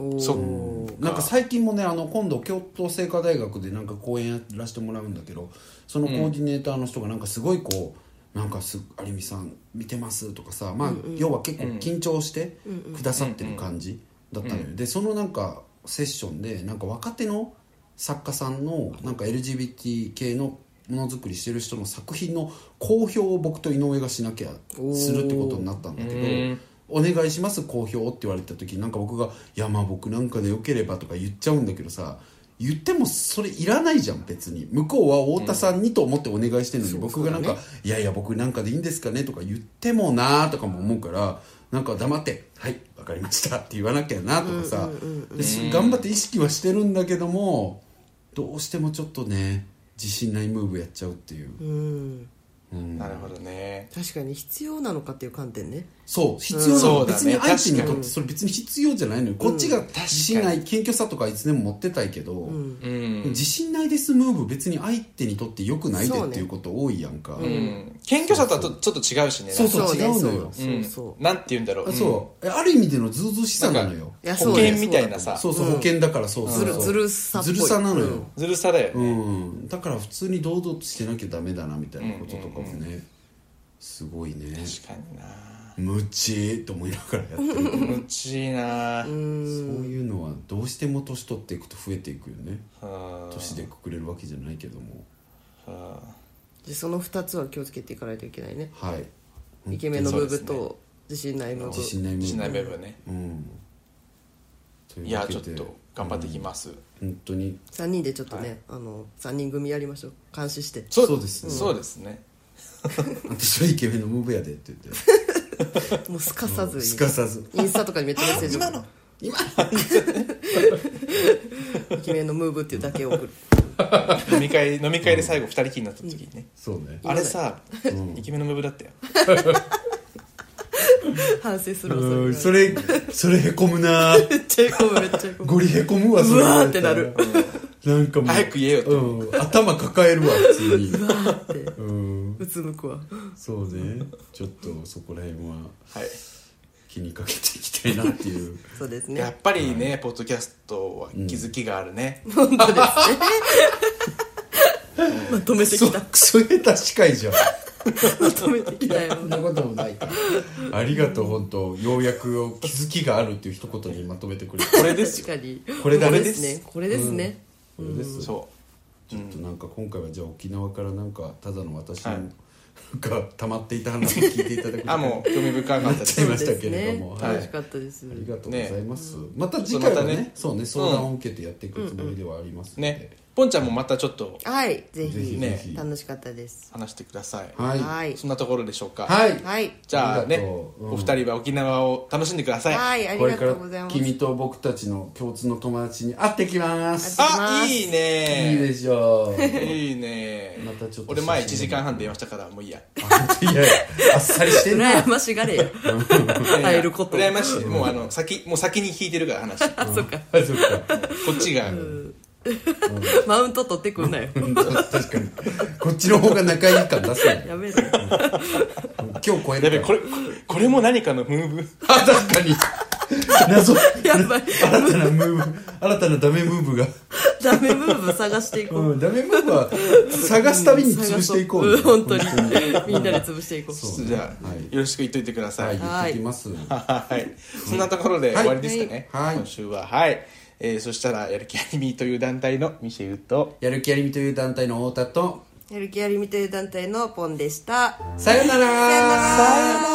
[SPEAKER 3] おー
[SPEAKER 1] そ
[SPEAKER 2] なんか最近もねあの今度京都精華大学でなんか講演やらせてもらうんだけどそのコーディネーターの人がなんかすごいこうなんかす「有美さん見てます」とかさ、まあ要は結構緊張してくださってる感じだったのよ、でそのなんかセッションでなんか若手の作家さんのなんか LGBT 系のものづくりしてる人の作品の公表を僕と井上がしなきゃするってことになったんだけど。
[SPEAKER 1] うん
[SPEAKER 2] お願いします公表って言われた時になんか僕が「いやまあ僕なんかでよければ」とか言っちゃうんだけどさ言ってもそれいらないじゃん別に向こうは太田さんにと思ってお願いしてるのに、僕がなんか「いやいや僕なんかでいいんですかね」とか言ってもなーとかも思うからなんか黙って「はいわかりました」って言わなきゃなとかさ、でし頑張って意識はしてるんだけどもどうしてもちょっとね自信ないムーブやっちゃうっていう、
[SPEAKER 3] うん
[SPEAKER 2] うん
[SPEAKER 1] なるほどね
[SPEAKER 3] 確かに必要なのかっていう観点ね
[SPEAKER 2] そう必
[SPEAKER 1] うん
[SPEAKER 2] 要な
[SPEAKER 1] そ
[SPEAKER 2] の
[SPEAKER 1] うだね
[SPEAKER 2] 別に相手に
[SPEAKER 1] 確
[SPEAKER 2] と
[SPEAKER 1] か
[SPEAKER 2] ってそれ別に必要じゃないのよこっちが自信ない謙虚さとかいつでも持ってたいけど
[SPEAKER 3] うん
[SPEAKER 1] うん
[SPEAKER 2] 自信ないですムーブ別に相手にとって良くないで
[SPEAKER 3] そう
[SPEAKER 2] っ
[SPEAKER 3] ね
[SPEAKER 2] ていうこと多いやんか
[SPEAKER 1] うん謙虚さとはとちょっと違うしね
[SPEAKER 2] そうそう
[SPEAKER 3] ね
[SPEAKER 2] 違うのよ
[SPEAKER 3] そううんそう
[SPEAKER 1] なんて言うんだろう
[SPEAKER 2] あ
[SPEAKER 1] ん
[SPEAKER 2] そうえある意味でのずうずうしさなのよ
[SPEAKER 3] いや
[SPEAKER 1] 保
[SPEAKER 3] そうだ
[SPEAKER 1] 険
[SPEAKER 3] よ
[SPEAKER 1] みたいなさ
[SPEAKER 2] そうそう
[SPEAKER 3] うん
[SPEAKER 2] 保険だからそうそう
[SPEAKER 3] ずる
[SPEAKER 2] そう
[SPEAKER 3] ずるさっぽ
[SPEAKER 2] ず
[SPEAKER 3] い
[SPEAKER 2] るさなの
[SPEAKER 3] う
[SPEAKER 2] よ
[SPEAKER 3] ん
[SPEAKER 1] ずるさだよ
[SPEAKER 2] う
[SPEAKER 1] ね
[SPEAKER 2] んだから普通に堂々としてなきゃダメだなみたいなこととかもねすごいね
[SPEAKER 1] 確かにな
[SPEAKER 2] 無知ーと思いながらやってるけど
[SPEAKER 1] 気持ちいいな
[SPEAKER 2] そういうのはどうしても年取っていくと増えていくよね
[SPEAKER 1] うん
[SPEAKER 2] 年でくくれるわけじゃないけども
[SPEAKER 1] うん
[SPEAKER 3] でその2つは気をつけていかないといけないね
[SPEAKER 2] はい
[SPEAKER 3] イケメンのムーブ
[SPEAKER 1] そうです
[SPEAKER 3] と自信ないムー
[SPEAKER 2] 自信ない
[SPEAKER 1] しない
[SPEAKER 2] ム
[SPEAKER 1] 部
[SPEAKER 2] ー
[SPEAKER 1] 分ね
[SPEAKER 2] ブうんと
[SPEAKER 1] いうや
[SPEAKER 2] わ
[SPEAKER 1] ち
[SPEAKER 2] け
[SPEAKER 1] ょっ
[SPEAKER 2] で
[SPEAKER 1] と頑張っていきます
[SPEAKER 2] 本当に
[SPEAKER 3] 3人でちょっとね、あの3人組やりましょう監視して
[SPEAKER 2] そうですね
[SPEAKER 1] そうですね
[SPEAKER 2] 私はイケメンのムーブやでって言っ
[SPEAKER 3] もうすかさず
[SPEAKER 2] て
[SPEAKER 3] に
[SPEAKER 2] すかさず
[SPEAKER 3] インスタとかにめっちゃメッセージ送る
[SPEAKER 2] 今
[SPEAKER 3] イケメンのムーブっていうだけを送る
[SPEAKER 1] 飲み会飲み会で最後二人きりになった時にね
[SPEAKER 2] そうね
[SPEAKER 1] あれさ
[SPEAKER 2] うん
[SPEAKER 1] イケメンのムーブだったよ
[SPEAKER 3] 反省するわそれ
[SPEAKER 2] う
[SPEAKER 3] ぐ
[SPEAKER 2] ん
[SPEAKER 3] らい
[SPEAKER 2] それそれへこむな
[SPEAKER 3] めっちゃへこむめっちゃへこむ
[SPEAKER 2] ゴリへこむわ
[SPEAKER 3] う
[SPEAKER 2] それ
[SPEAKER 3] わーってなる
[SPEAKER 2] なんかもう
[SPEAKER 1] 早く言えよと
[SPEAKER 2] うん頭抱えるわ普通に
[SPEAKER 3] って
[SPEAKER 2] うん
[SPEAKER 3] うつむくわ
[SPEAKER 2] そうねちょっとそこら辺は
[SPEAKER 1] はい
[SPEAKER 2] 気にかけていきたいなっていう
[SPEAKER 3] そうです
[SPEAKER 1] やっ
[SPEAKER 3] ね
[SPEAKER 1] ぱりねポッドキャストは気づきがあるね
[SPEAKER 3] 本当ですねまとめ
[SPEAKER 2] ク
[SPEAKER 3] てき
[SPEAKER 2] ソ
[SPEAKER 3] た
[SPEAKER 2] クソ下手司会じゃん
[SPEAKER 3] まとめてきたよ
[SPEAKER 2] そんなこともないありがとう本当ようやくを気づきがあるっていう一言にまとめてくれて
[SPEAKER 1] これです
[SPEAKER 3] 確
[SPEAKER 1] よ
[SPEAKER 3] かに
[SPEAKER 2] これだね
[SPEAKER 3] ねこれですね
[SPEAKER 2] これですちょ
[SPEAKER 1] そ
[SPEAKER 2] っとなんか今回はじゃあ沖縄からなんかただの私
[SPEAKER 1] はい
[SPEAKER 2] のが溜まっていた話を聞いていただく
[SPEAKER 1] うあもう興味深かったで
[SPEAKER 2] ちゃい
[SPEAKER 1] す
[SPEAKER 2] ましたけ
[SPEAKER 3] そう
[SPEAKER 2] れ
[SPEAKER 3] です
[SPEAKER 2] ど
[SPEAKER 3] ね
[SPEAKER 2] もはい
[SPEAKER 3] 楽しかったです
[SPEAKER 2] ありがとうございますまた次回はねそうね相談を受けてやっていくつもりではありますの
[SPEAKER 1] ね
[SPEAKER 2] で
[SPEAKER 1] ポンちゃんもまたちょっと
[SPEAKER 3] はい
[SPEAKER 2] ぜひ
[SPEAKER 3] ぜひ
[SPEAKER 2] ぜ
[SPEAKER 1] ね
[SPEAKER 2] ひ
[SPEAKER 3] 楽しかったです
[SPEAKER 1] 話してください
[SPEAKER 2] はい
[SPEAKER 3] は
[SPEAKER 2] はい
[SPEAKER 1] そんなところでしょうか
[SPEAKER 2] い
[SPEAKER 3] はい
[SPEAKER 1] じゃあ
[SPEAKER 2] あり
[SPEAKER 1] ね
[SPEAKER 2] がとううん
[SPEAKER 1] お二人は沖縄を楽しんでください
[SPEAKER 3] はいあり
[SPEAKER 2] これ
[SPEAKER 3] が
[SPEAKER 2] か
[SPEAKER 3] と
[SPEAKER 2] ら
[SPEAKER 3] うございます
[SPEAKER 2] 君と僕たちの共通の友達に会ってきます
[SPEAKER 3] あ
[SPEAKER 1] あいいね
[SPEAKER 2] いいでしょう
[SPEAKER 1] いいね
[SPEAKER 2] またちょっと
[SPEAKER 1] 俺前1
[SPEAKER 2] 写真
[SPEAKER 1] 時間半電話したからもういいや
[SPEAKER 2] いやいやあっさりしてん な
[SPEAKER 3] 羨ましがれ よ会えること
[SPEAKER 1] 羨ましいもうあの先もう先に引いてるから話こ
[SPEAKER 3] あそっか
[SPEAKER 2] あそっか
[SPEAKER 1] っちが
[SPEAKER 3] マウント取ってくんなよ
[SPEAKER 2] うん確かにこっちの方が仲いい感出すよね
[SPEAKER 3] やめろ
[SPEAKER 2] 今日超える
[SPEAKER 1] や
[SPEAKER 2] から
[SPEAKER 1] べこれここれも何かのムーブ
[SPEAKER 2] あ確かに謎
[SPEAKER 3] やばい
[SPEAKER 2] 新たなムーブ新たなダメムーブが、
[SPEAKER 3] ダメムーブ探していこう
[SPEAKER 2] うん、ダメムーブは探すたびに潰していこう、
[SPEAKER 3] ん本当にみんなで潰していこう
[SPEAKER 2] そう
[SPEAKER 1] じゃあ、
[SPEAKER 2] はい
[SPEAKER 1] よろしく言っといてくださ
[SPEAKER 2] はい
[SPEAKER 1] い
[SPEAKER 2] 言ってきます
[SPEAKER 1] はい、そんなところで終わりですかね、
[SPEAKER 2] はい
[SPEAKER 1] 今週ははい、えーそしたらやる気アニミという団体のミシェルと
[SPEAKER 2] やる気ありみという団体の太田と
[SPEAKER 3] やる気ありみという団体のポンでした
[SPEAKER 2] さよなら
[SPEAKER 3] さよなら